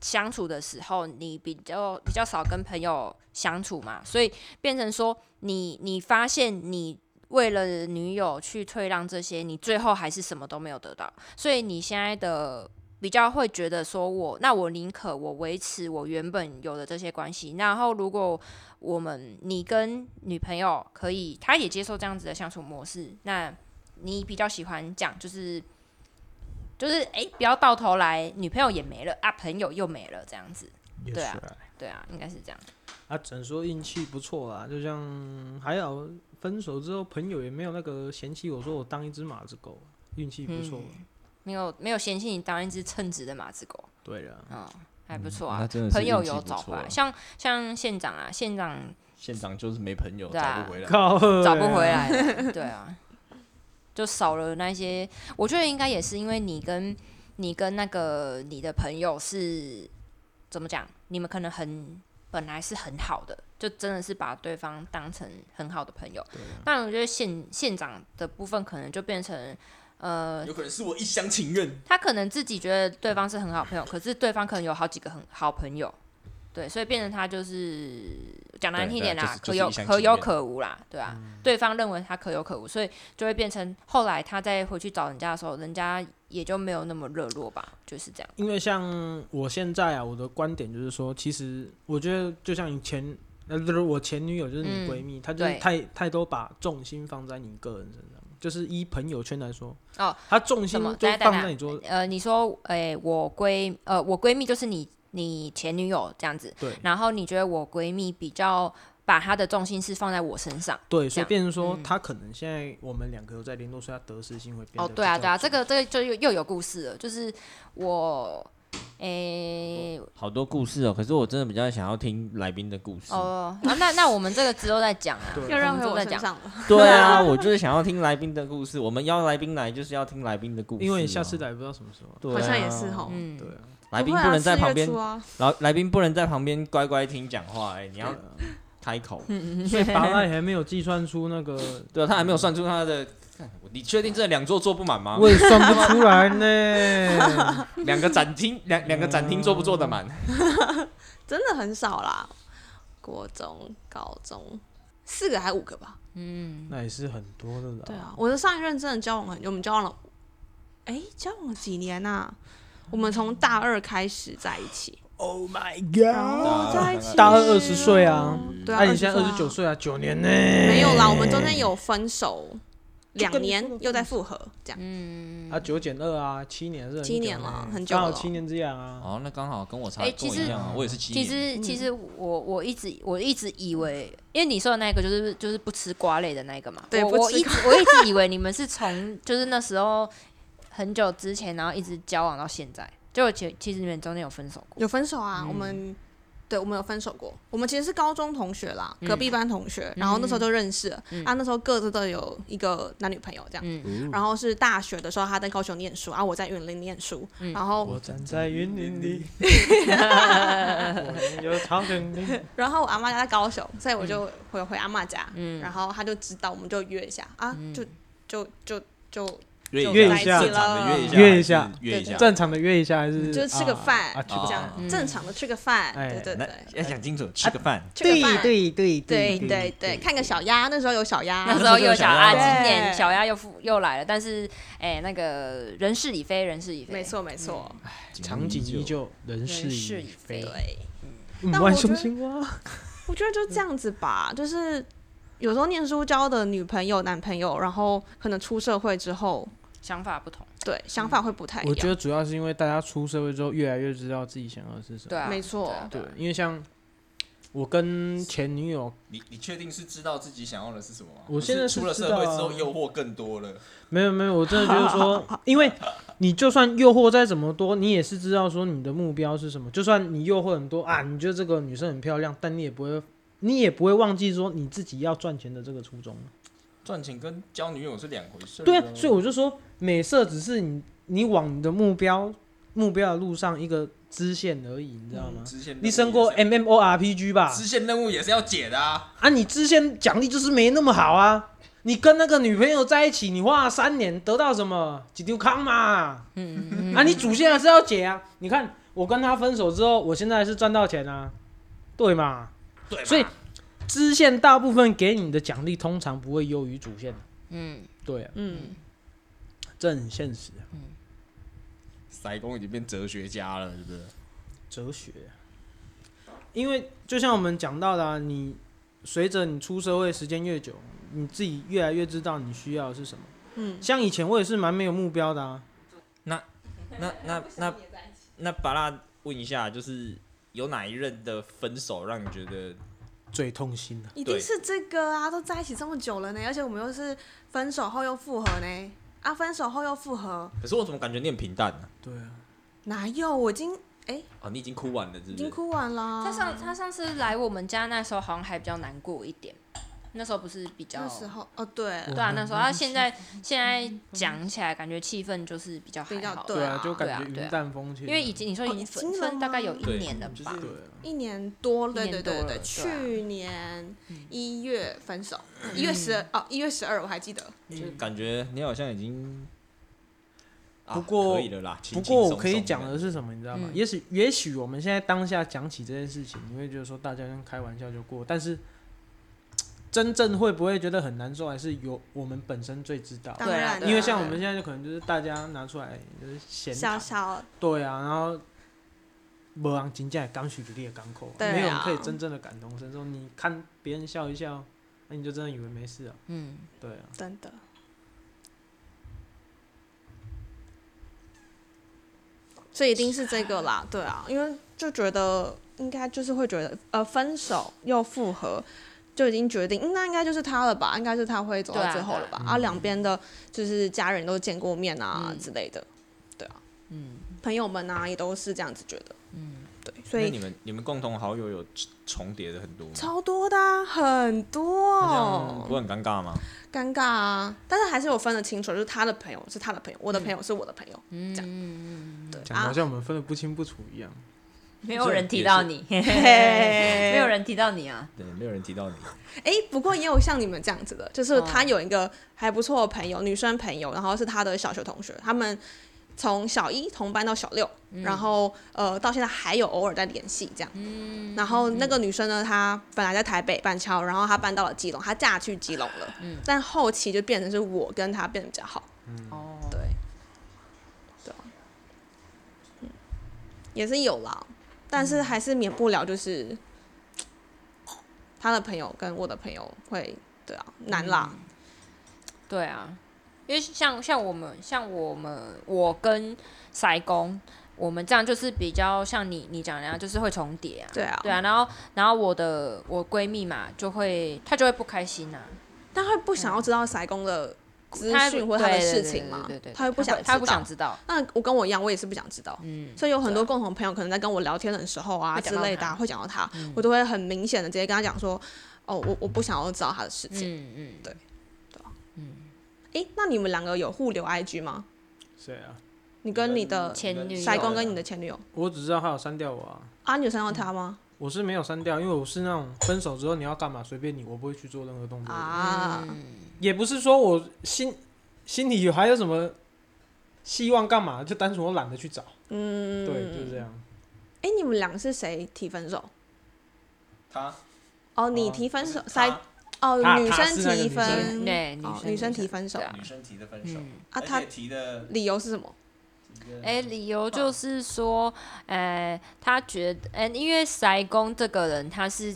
S3: 相处的时候，你比较比较少跟朋友相处嘛，所以变成说你你发现你为了女友去退让这些，你最后还是什么都没有得到，所以你现在的。比较会觉得说我，那我宁可我维持我原本有的这些关系，然后如果我们你跟女朋友可以，她也接受这样子的相处模式，那你比较喜欢讲就是就是哎、不要到头来女朋友也没了啊，朋友又没了这样子，
S4: 也
S3: 对啊
S4: 是
S3: 对啊，应该是这样。
S4: 啊，只能说运气不错啦，就像还好分手之后朋友也没有那个嫌弃我说我当一只马子狗，运气不错。
S3: 嗯没有没有嫌弃你当一只称职的马子狗，
S4: 对啊了，
S3: 嗯，还不错啊
S2: 那。真的是
S3: 朋友
S2: 运气
S3: 有
S2: 不
S3: 找
S2: 错
S3: 回来，
S2: 啊
S3: 像像县长啊，县长
S2: 县长就是没朋友，
S3: 对啊
S2: 找不回来。
S4: 靠，
S3: 找不回来了，对啊，就少了那些。我觉得应该也是因为你跟你跟那个你的朋友是怎么讲？你们可能很本来是很好的，就真的是把对方当成很好的朋友。但我觉得县县长的部分可能就变成。呃，
S2: 有可能是我一厢情愿，
S3: 他可能自己觉得对方是很好朋友，可是对方可能有好几个很好朋友，对，所以变成他就是讲难听一点啦，
S2: 对对啊就是就是一厢情愿
S3: 可有可
S2: 嗯
S3: 有可无啦，对啊，对方认为他可有可无，所以就会变成后来他再回去找人家的时候，人家也就没有那么热络吧，就是这样。
S4: 因为像我现在啊，我的观点就是说，其实我觉得就像你前，呃，就是我前女友，就是你
S3: 嗯
S4: 闺蜜，她就是
S3: 对
S4: 太太多把重心放在你个人身上，就是依朋友圈来说，
S3: 哦，
S4: 她重心
S3: 什么
S4: 就
S3: 等一下
S4: 放
S3: 等一下
S4: 在你桌，
S3: 呃，你说，诶、我闺，呃，我闺蜜就是你你前女友这样子，
S4: 对
S3: 然后你觉得我闺蜜比较把她的重心是放在我身上。
S4: 对，所以
S3: 这样
S4: 变成说
S3: 嗯，
S4: 她可能现在我们两个有在联络，所以她得失心会变得
S3: 哦，对啊，对
S4: 比较
S3: 啊，
S4: 重
S3: 这个这个就又又有故事了，就是我，诶、
S2: 好多故事哦。可是我真的比较想要听来宾的故事。
S3: 哦，啊那那我们这个之后再讲啊，
S4: 对
S6: 又绕回
S3: 之后
S6: 我
S3: 再
S6: 身
S3: 讲。
S6: 上了。
S2: 对 啊，我就是想要听来宾的故事。我们邀来宾来就是要听来宾的故事啊、
S4: 因为下次来不知道什么时候啊，
S2: 对啊、
S6: 好像也是吼
S3: 嗯，
S4: 对啊，
S2: 来宾
S6: 会啊
S2: 不能在旁边
S6: 四月初，啊，
S2: 来来宾不能在旁边乖乖听讲话、哎，你要
S3: 嗯
S2: 开口。
S4: 啊所以拔拉也还没有计算出那个，
S2: 对啊，他还没有算出他的。看我你确定这两座坐不满吗？
S4: 我也算不出 来呢。
S2: 两个展厅，两两个展厅坐不坐得满？
S6: 真的很少啦。国中、高中四个还五个吧？
S3: 嗯，
S4: 那也是很多的啦。
S6: 对啊，我的上一任真的交往很久，我们交往了，哎，交往了几年呐、我们从大二开始在一起，
S4: Oh my
S6: 然
S4: god！
S6: 后在一起
S4: 大二20岁啊
S6: 对啊，
S4: 那你现在二
S6: 20
S4: 十九
S6: 啊
S4: 岁啊，九年呢？
S6: 没有啦，我们中间有分手
S4: 就
S6: 两
S4: 跟你说的
S6: 年，又再复合，这样
S3: 嗯
S4: 啊，九减二啊，七年是很
S6: 七
S4: 久
S6: 年
S4: 呢
S6: 了很久
S4: 刚好
S6: 了
S4: 七年之痒啊。
S2: 哦，那刚好跟我差
S3: 哎
S2: 跟我
S3: 其实
S2: 一样啊，我也是七
S3: 其
S2: 年。
S3: 实
S4: 嗯
S3: 其实我我一直我一直以为，因为你说的那个就是就是不吃瓜类的那个嘛，
S6: 对
S3: 我
S6: 不
S3: 我
S6: 吃
S3: 一直我一直以为你们是从就是那时候很久之前，然后一直交往到现在，就其其实你们中间有分手过，
S6: 有分手
S3: 嗯
S6: 啊，我们。对，我们有分手过。我们其实是高中同学啦，
S3: 嗯
S6: 隔壁班同学，然后那时候就认识了。啊，那时候各自都有一个男女朋友这样。
S3: 嗯，
S2: 哦
S6: 然后是大学的时候，他在高雄念书，啊，我在云林念书。
S3: 嗯
S6: 然后，
S4: 我站在云林 里，我有草原 里。
S6: 然后我阿妈家在高雄，所以我
S3: 嗯
S6: 就回回阿妈家。然后他就知道，我们就约一下啊，
S3: 嗯
S6: 就就就就
S2: 约
S4: 约
S2: 一
S4: 一
S2: 下，
S4: 下
S2: 正常的约一下，
S4: 约一下
S2: 还是约一下。
S4: 正常的约一下还是
S6: 就是吃个饭
S4: 啊？啊吃个
S6: 这样
S2: 饭，
S3: 嗯
S6: 正常的吃个饭。
S4: 哎
S6: 对对
S2: 那
S6: 对，
S2: 要讲清楚，吃个
S4: 啊
S2: 饭。
S6: 吃个饭。
S4: 对对
S6: 对对对，看个小鸭，那时候有小鸭，
S3: 那时候又小鸭，
S6: 对
S4: 啊
S3: 今年小鸭又复又来了，但是哎、那个人事已非，人事已非，
S6: 没错没
S3: 嗯
S6: 错，
S4: 场景依旧，人嗯事
S3: 人事已非
S4: 非。
S6: 对，
S4: 五
S6: 但
S4: 万
S6: 我觉
S4: 雄
S6: 得
S4: 心蛙，
S6: 我觉得
S4: 嗯
S6: 就这样子吧，就是有时候念书交的女朋友、男朋友，然后可能出社会之后，
S3: 想法不同，
S6: 对想法会不太一
S4: 嗯我觉得
S6: 样，
S4: 主要是因为大家出社会之后，越来越知道自己想要的是什
S3: 对
S4: 么。
S3: 啊，
S6: 没错
S3: 对啊
S4: 对，因为像我跟前女友
S5: 你你确定是知道自己想要的是什么吗？
S4: 我现在
S5: 不
S4: 是
S5: 是出了
S4: 知
S5: 社会
S4: 道啊
S5: 之后诱惑更多了，
S4: 没有没有，我真的觉得 说，因为你就算诱惑再怎么多，你也是知道说你的目标是什么。就算你诱惑很多啊，你觉得这个女生很漂亮，但你也不会，你也不会忘记说你自己要赚钱的这个初衷。
S5: 赚钱跟交女友是两回事。
S4: 对啊，所以我就说，美色只是你你往你的目标目标的路上一个支线而已，你知道吗？
S5: 支线任务
S4: 你升过
S5: 也是
S4: MMORPG 吧？
S5: 支线任务也是要解的啊。
S4: 啊，你支线奖励就是没那么好啊。你跟那个女朋友在一起，你花了三年，得到什么？几丢康嘛？
S3: 嗯，
S4: 啊，你主线还是要解啊。你看，我我跟他分手之后，我现在是赚到钱啊，对嘛？
S5: 对嘛，
S4: 所以支线大部分给你的奖励通常不会优于主线，
S3: 嗯，
S4: 对、啊，
S6: 嗯，
S4: 这很现实、啊，
S5: 塞工已经变哲学家了，是不是？
S4: 哲学啊、因为就像我们讲到的、啊，你随着你出社会时间越久，你自己越来越知道你需要的是什么。
S6: 嗯，
S4: 像以前我也是蛮没有目标的啊，
S2: 那那那那巴拉问一下，就是有哪一任的分手让你觉得
S4: 最痛心的、
S6: 一定是这个啊，都在一起这么久了呢，而且我们又是分手后又复合呢，啊，分手后又复合，
S2: 可是我怎么感觉你很平淡呢、
S4: 对啊，
S6: 哪有？我已经
S2: 啊？你已经哭完了，是
S6: 已
S2: 不
S6: 经
S2: 是？
S6: 哭完了。
S3: 他上他上次来我们家那时候好像还比较难过一点，那时候不是比较
S6: 那时候哦，对，
S3: 对啊，那时候他现在现在讲起来，感觉气氛就是比较还
S6: 比较
S3: 好，
S4: 对
S6: 对
S4: 啊
S6: 啊，
S4: 就
S3: 对啊
S4: 感觉
S3: 对啊
S4: 云淡风轻、
S3: 因为已经你说
S6: 哦
S3: 已经
S6: 已
S3: 分
S6: 经了
S3: 分大概有一
S2: 对
S3: 年了吧，
S4: 对啊
S6: 一年多了，
S3: 一
S6: 对
S3: 年
S6: 对
S3: 多
S6: 对
S3: 了
S6: 对，
S3: 对啊
S6: 去年
S4: 嗯
S6: 一月分手，一月十哦，一月十二我还记得，
S2: 就是感觉你好像已经，嗯啊
S4: 不过
S2: 可以了啦。
S4: 不
S2: 轻轻
S4: 过我
S2: 松
S4: 可以
S2: 松
S4: 讲的是什么，你知道吗？
S3: 嗯
S4: 也许也许我们现在当下讲起这件事情，你会觉得说大家像开玩笑就过，但是真正会不会觉得很难受，还是有我们本身最知道。
S6: 当
S3: 对啊对
S6: 然了，
S3: 啊
S4: 因为像我们现在就可能就是大家拿出来就是闲
S6: 小
S4: 谈，
S6: 小
S4: 对啊，然后没人真正刚许你的港口，
S6: 对啊
S4: 没有人可以真正的感同身受。你看别人笑一笑，那你就真的以为没事啊，
S3: 嗯，
S4: 对啊。
S6: 真的，所以一定是这个啦，对啊，因为就觉得应该就是会觉得，呃，分手又复合，就已经决定，嗯那应该就是他了吧，应该是他会走
S3: 对
S6: 到
S3: 啊
S6: 最后
S3: 对啊
S6: 了吧，啊，两边的就是家人都见过面啊、
S3: 嗯
S6: 之类的，对啊，嗯，朋友们啊也都是这样子觉得，嗯，对，所
S2: 那
S6: 以
S2: 你们你们共同好友有重叠的很多吗？
S6: 超多的、啊，很多、
S2: 那这
S6: 哦
S2: 样，不会很尴尬吗？
S6: 尴尬啊，但是还是有分得清楚，就是他的朋友是他的朋友，我的朋友是我的朋友，这样，对
S4: 讲得好
S6: 啊，
S4: 像我们分得不清不楚一样，
S3: 没有人提到 你，
S6: 啊
S3: 没
S6: 没
S3: 有。人提到你啊，
S2: 对，没有人提到你。
S6: 哎，不过也有像你们这样子的，就是他有一个还不错的朋友，女生朋友，然后是他的小学同学，他们从小一同班到小六，然后呃到现在还有偶尔在联系这样。然后那个女生呢，她本来在台北板桥，然后她搬到了基隆，她嫁去基隆了，但后期就变成是我跟她变得比较好。
S3: 哦，
S6: 对，对啊，嗯，也是有啦，但是还是免不了就是、他的朋友跟我的朋友会，对啊，
S3: 嗯
S6: 难啦，
S3: 对啊，因为像像我们像我们我跟塞工，我们这样就是比较像你你讲的那样，就是会重叠啊。
S6: 对啊，
S3: 对啊，然后然后我的我闺蜜嘛，就会她就会不开心呐、啊，
S6: 但会不想要知道塞工的资
S3: 她
S6: 讯或他的
S3: 嗯对对
S6: 事
S3: 对
S6: 情
S3: 对
S6: 嘛
S3: 对对，对
S6: 他会不想知道，
S3: 她不想知道，
S6: 那我跟我一样，我也是不想知道。
S3: 嗯，
S6: 所以有很多共同朋友可能在跟我聊天的时候啊
S3: 会讲
S6: 之
S3: 到
S6: 类的、
S3: 他嗯
S6: 啊，会讲到他，我都会很明显的直接跟他讲说，哦，我我不想要知道他的事情。
S3: 嗯嗯，
S6: 对嗯诶，那你们两个有互留 IG 吗？
S4: 谁啊？
S6: 你跟你的
S3: 嗯前女友
S6: 塞工跟你的前女友
S4: 我只知道他有删掉我啊。
S6: 啊，你有删到他吗？
S4: 我是没有删掉，因为我是那种分手之后你要干嘛随便你，我不会去做任何
S3: 嗯
S4: 动作的。
S6: 啊，
S4: 也不是说我心心里有还有什么希望干嘛，就单纯我懒得去找。
S6: 嗯，
S4: 对，就是这样。
S6: 哎、你们两个是谁提分手？
S5: 他
S6: 哦，你提分手，塞
S5: 他
S6: 哦，
S4: 他
S6: 女
S4: 他
S6: 生
S4: 是那个
S6: 提
S4: 女生
S6: 分，
S3: 对，女
S6: 哦
S3: 生
S6: 女生提分手
S3: 对啊
S5: 女生提的分手，
S6: 啊，
S5: 而
S6: 他
S5: 且提的
S6: 理由是什么？
S3: 哎、理由就是说，呃，他觉得，呃，因为塞工这个人他是，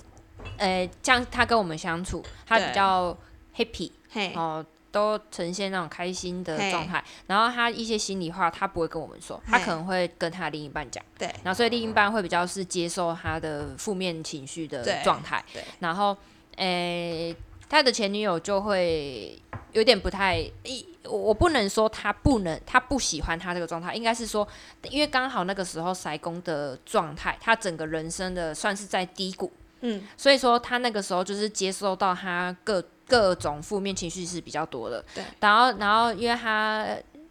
S3: 呃，像他跟我们相处，他比
S6: 对
S3: 较 happy
S6: 嘿，
S3: 哦，都呈现那种开心的状态。然后他一些心里话，他不会跟我们说，他
S6: 嘿
S3: 可能会跟他另一半讲。
S6: 对
S3: 然后所以另一半会比较是接受他的负面情绪的
S6: 对
S3: 状态
S6: 对。
S3: 然后，诶、他的前女友就会有点不太，一我我不能说他不能，他不喜欢他这个状态，应该是说，因为刚好那个时候塞工的状态，他整个人生的算是在低谷，
S6: 嗯，
S3: 所以说他那个时候就是接收到他各各种负面情绪是比较多的。
S6: 对
S3: 然后然后因为他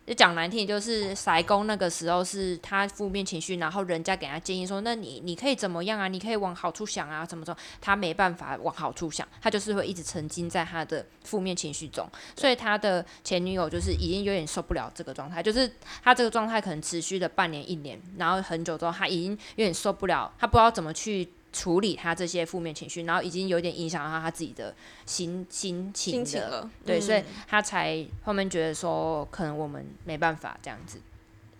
S3: 就讲难听，就是塞工那个时候是他负面情绪，然后人家给他建议说，那你你可以怎么样啊？你可以往好处想啊，怎么说？他没办法往好处想，他就是会一直沉浸在他的负面情绪中，所以他的前女友就是已经有点受不了这个状态，就是他这个状态可能持续了半年一年，然后很久之后，他已经有点受不了，他不知道怎么去处理他这些负面情绪，然后已经有点影响到他自己的心心情
S6: 心
S3: 了。
S6: 情了。
S3: 对，
S6: 嗯
S3: 所以他才后面觉得说，可能我们没办法这样子。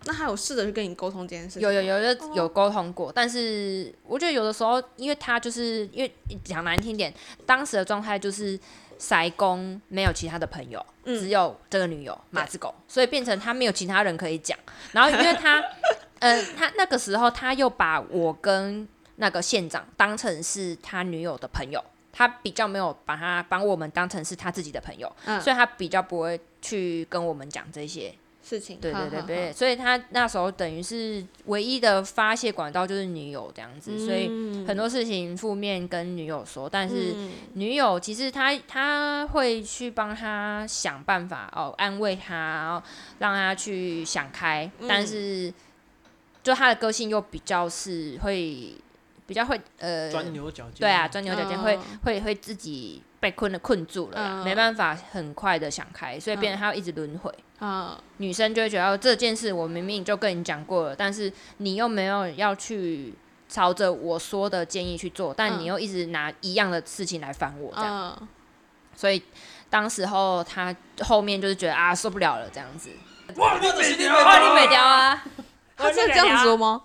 S6: 那他有试着去跟你沟通这件事情
S3: 有
S6: 吗？
S3: 有有就有沟通过，但是我觉得有的时候，因为他就是因为讲难听点，当时的状态就是塞工没有其他的朋友，
S6: 嗯
S3: 只有这个女友马子狗，所以变成他没有其他人可以讲。然后因为他，呃，他那个时候他又把我跟那个县长当成是他女友的朋友。他比较没有把他把我们当成是他自己的朋友，
S6: 嗯
S3: 所以他比较不会去跟我们讲这些
S6: 事情，
S3: 对对
S6: 好
S3: 对
S6: 好
S3: 对，
S6: 好
S3: 所以他那时候等于是唯一的发泄管道就是女友这样子，所以很多事情负面跟女友说，但是
S6: 嗯
S3: 女友其实她她会去帮他想办法哦，安慰他，然后让他去想开，但
S6: 嗯
S3: 是就他的个性又比较是会比较会呃
S4: 钻牛角尖。
S3: 对啊，钻牛角尖会、
S6: 嗯
S3: 会会自己被困的困住了啦，
S6: 嗯
S3: 没办法很快的想开，所以变成他要一直轮回。
S6: 啊，
S3: 女生就会觉得哦这件事我明明就跟你讲过了，但是你又没有要去朝着我说的建议去做，但
S6: 嗯
S3: 你又一直拿一样的事情来烦我，这样，
S6: 嗯，
S3: 所以当时候他后面就是觉得啊受不了了这样子，哇你北雕啊，
S6: 他是这样说
S3: 嗯
S6: 吗？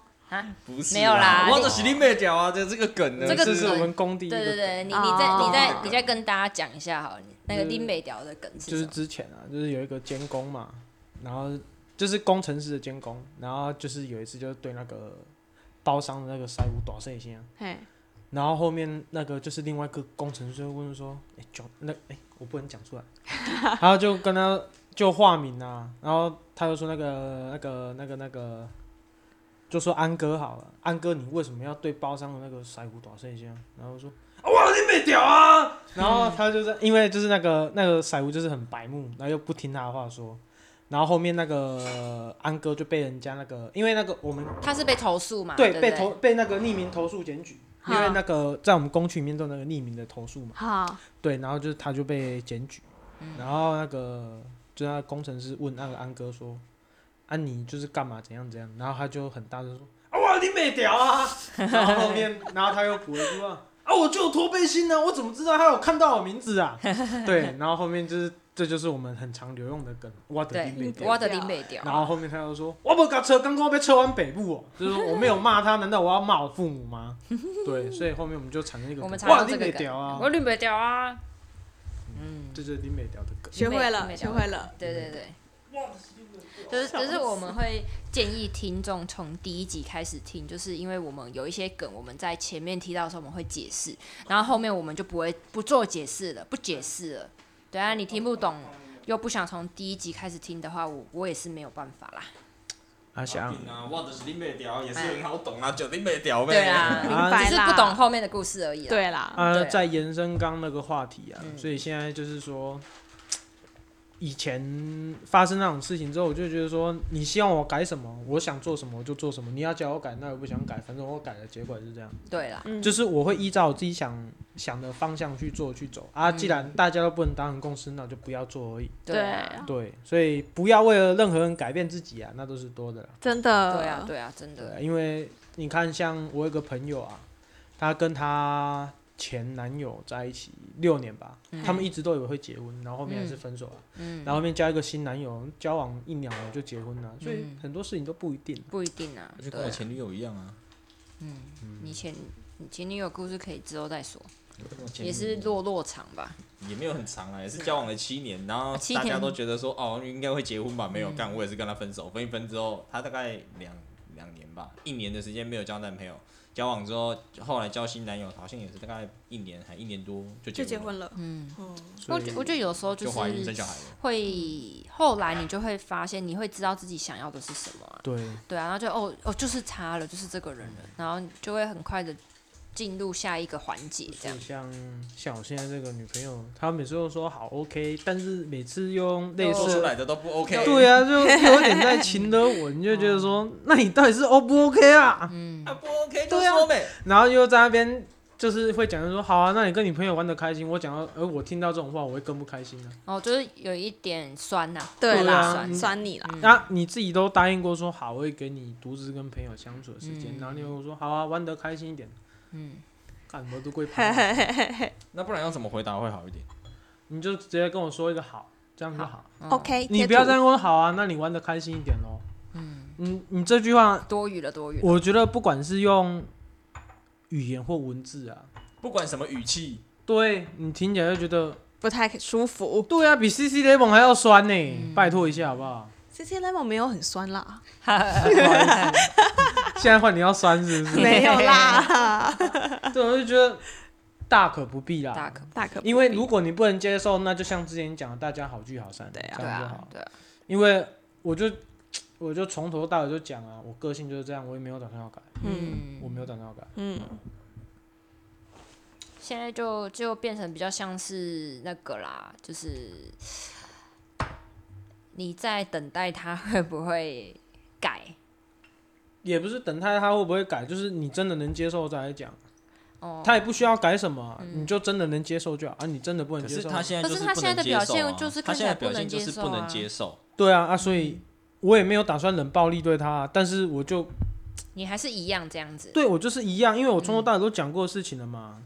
S5: 不是
S3: 没有啦
S5: 我这喜力妹讲啊，这这个梗呢，
S3: 这个
S4: 这
S5: 这
S4: 是我们工地一个
S3: 对对对，你你
S6: 哦
S3: 再你再你再跟大家讲一下好了，你那个
S4: 就是
S3: 林北雕的梗
S4: 就是是
S3: 什么？
S4: 之前啊，就是有一个监工嘛，然后就是工程师的监工，然后就是有一次就是对那个包商的那个塞屋打碎一下，
S6: 嘿，
S4: 然后后面那个就是另外一个工程师就问说，哎、就那哎、我不能讲 出来，然后就跟他就化名啊，然后他就说那个那个那个那个，就说安哥好了，安哥你为什么要对包商的那个腮胡打碎一下？然后我说。哇，你没屌啊！然后他就是因为就是那个那个腮胡就是很白目，然后又不听他的话说，然后后面那个安哥就被人家那个，因为那个我们
S3: 他是被投诉嘛？
S4: 啊对，
S3: 不
S4: 被投被那个匿名投诉检举，因为那个在我们工区里面都有那个匿名的投诉嘛，
S6: 好，
S4: 对，然后就是他就被检举，
S3: 嗯
S4: 然后那个就那个工程师问那个安哥说，啊你就是干嘛怎样怎样，然后他就很大声说，啊哇你没屌啊，然后后面然后他又补了一句话，啊我就有脱背心呢、啊我怎么知道他有看到我名字啊？对，然后后面就是这就是我们很常留用的梗，我的你
S3: 对，
S4: 没屌
S3: 我的林北啊雕，
S4: 然后后面他又说：“我不搞车，刚刚被车完北部哦、就是说我没有骂他，难道我要骂我父母吗？” 对，所以后面我们就产生一个
S3: 我们
S4: 梗
S3: 常
S4: 哇，
S3: 用
S4: 你
S3: 这个
S4: 美
S3: 梗
S4: 屌啊
S3: 我，林北雕啊，嗯。
S4: 这就是林美屌的梗。
S6: 学会了，
S3: 没
S6: 学会了，
S3: 对对对，就是就是我们会建议听众从第一集开始听，就是因为我们有一些梗，我们在前面提到的时候我们会解释，然后后面我们就不会不做解释了，不解释了。对啊，你听不懂又不想从第一集开始听的话，我我也是没有办法啦。
S4: 阿翔，
S5: 啊，我的喜力妹屌也是很好懂啊，就你妹屌呗。
S3: 哎对啊，
S6: 明
S4: 啊
S6: 白
S3: 只是
S6: 啦
S3: 不懂，后面的故事而已啦。
S6: 对啦，
S4: 啊，
S3: 对啊
S4: 在延伸刚那个话题啊，
S3: 嗯
S4: 所以现在就是说，以前发生那种事情之后，我就觉得说，你希望我改什么，我想做什么我就做什么，你要叫我改，那我不想改，反正我改了，结果也是这样。
S3: 对啦，
S6: 嗯
S4: 就是我会依照我自己想想的方向去做去走啊。既然大家都不能达成共识，那我就不要做而已。
S6: 对
S3: 啊，
S6: 啊，
S4: 对，所以不要为了任何人改变自己啊，那都是多的啦。
S6: 真的，
S3: 对啊，，对啊，真的，
S4: 对，因为你看，像我有个朋友啊，她跟她前男友在一起六年吧，他们一直都以为会结婚，然后后面还是分手了、
S3: 嗯，
S4: 然后后面交一个新男友，交往一两年就结婚了，所以
S3: 嗯
S4: 很多事情都不一定。
S3: 不一定啊，
S5: 就
S3: 对
S5: 跟我
S3: 啊，
S5: 前女友一样啊，
S3: 你前你前女友故事可以之后再说，
S5: 跟我前女
S3: 也
S5: 友
S3: 是
S5: 一样
S3: 落落场吧。
S5: 也没有很长啊，也是交往了七年，然后
S3: 啊七
S5: 大家
S3: 年嗯
S5: 都觉得说哦应该会结婚吧，没有干，我也是跟他分手，分一分之后，他大概两两年吧，一年的时间没有交男朋友，交往之后，后来交新男友，好像也是大概一年还一年多就
S6: 就结
S5: 婚了，
S6: 婚了，
S3: 嗯，
S6: 嗯，
S3: 我
S4: 所
S3: 觉
S4: 以
S3: 我觉得有时候
S5: 就是怀孕生小孩了。
S3: 会后来你就会发现，你会知道自己想要的是什么啊、
S4: 对，
S3: 对啊，然后就哦哦，就是他了，就是这个人了，然后就会很快的进入下一个环节这样
S4: 就。像像我现在这个女朋友，她每次都说好 OK，但是每次用类
S5: 做出
S4: 似的，
S5: 来的都不 OK。
S4: 对啊，就有点在情的我，你就觉 得
S3: 哦
S4: 说，那你到底是 O 不 OK 啊？
S3: 嗯，
S5: 啊，不 OK 就
S4: 对啊
S5: 说呗。
S4: 然后又在那边就是会讲说，好啊，那你跟你朋友玩的开心，我讲到，而我听到这种话，我会更不开心啊。
S3: 哦，就是有一点酸呐、
S6: 对
S4: 啊
S6: 啦，
S3: 酸
S4: 嗯
S6: 酸你啦。
S3: 嗯
S4: 那、你自己都答应过说好，我会给你独自跟朋友相处的时间，
S3: 嗯
S4: 然后你又说好啊，玩得开心一点，
S3: 嗯，
S4: 干什么都归
S6: 嘿
S4: 朋友，
S6: 嘿嘿嘿嘿
S5: 那不然要怎么回答会好一点？
S4: 你就直接跟我说一个好，这样就好。
S3: 嗯
S6: OK，
S4: 你
S6: 贴
S4: 不要
S6: 图
S4: 再跟我好啊，那你玩的开心一点喽。
S3: 嗯，
S4: 嗯，你这句话，
S3: 多余了， 多余了。
S4: 我觉得不管是用语言或文字啊，
S5: 不管什么语气，
S4: 对你听起来就觉得，
S6: 不太舒服。
S4: 对啊，比 CC Lemon 还要酸呢、
S3: 嗯
S4: 拜托一下好不好？
S6: C C Lemon 没有很酸啦，
S4: 现在换你要酸是不是？
S6: 没有啦，
S4: 对，我就觉得大可不必啦。
S3: 大可
S6: 大可不必
S4: 因为如果你不能接受，那就像之前讲的，大家好聚好散，
S6: 对啊
S4: 这
S3: 对
S4: 样就好
S3: 啊，。对啊，
S4: 因为我就我就从头到尾就讲啊，我个性就是这样，我也没有打算要改，
S6: 嗯
S4: 我没有打算要改。
S6: 嗯，
S3: 现在就就变成比较像是那个啦，就是你在等待他会不会改
S4: 也不是等他他会不会改，就是你真的能接受再来讲，
S3: 哦。
S4: 他也不需要改什么啊、你就真的能接受就好啊，你真的不能
S5: 可
S4: 接
S5: 是
S4: 受，
S5: 他现在就
S3: 可是
S5: 不
S3: 他现在
S5: 能
S3: 的
S5: 接
S3: 表
S5: 受啊
S3: 现就是
S5: 他
S3: 看起
S5: 现
S3: 来
S5: 在表
S3: 不能
S5: 现就
S3: 接
S5: 是
S3: 受
S5: 不能
S3: 啊
S5: 接受。
S4: 对啊啊，所以我也没有打算冷暴力对他啊、但是我就
S3: 你还是一样这样子。
S4: 对我就是一样，因为我从头到尾都讲过的事情了嘛，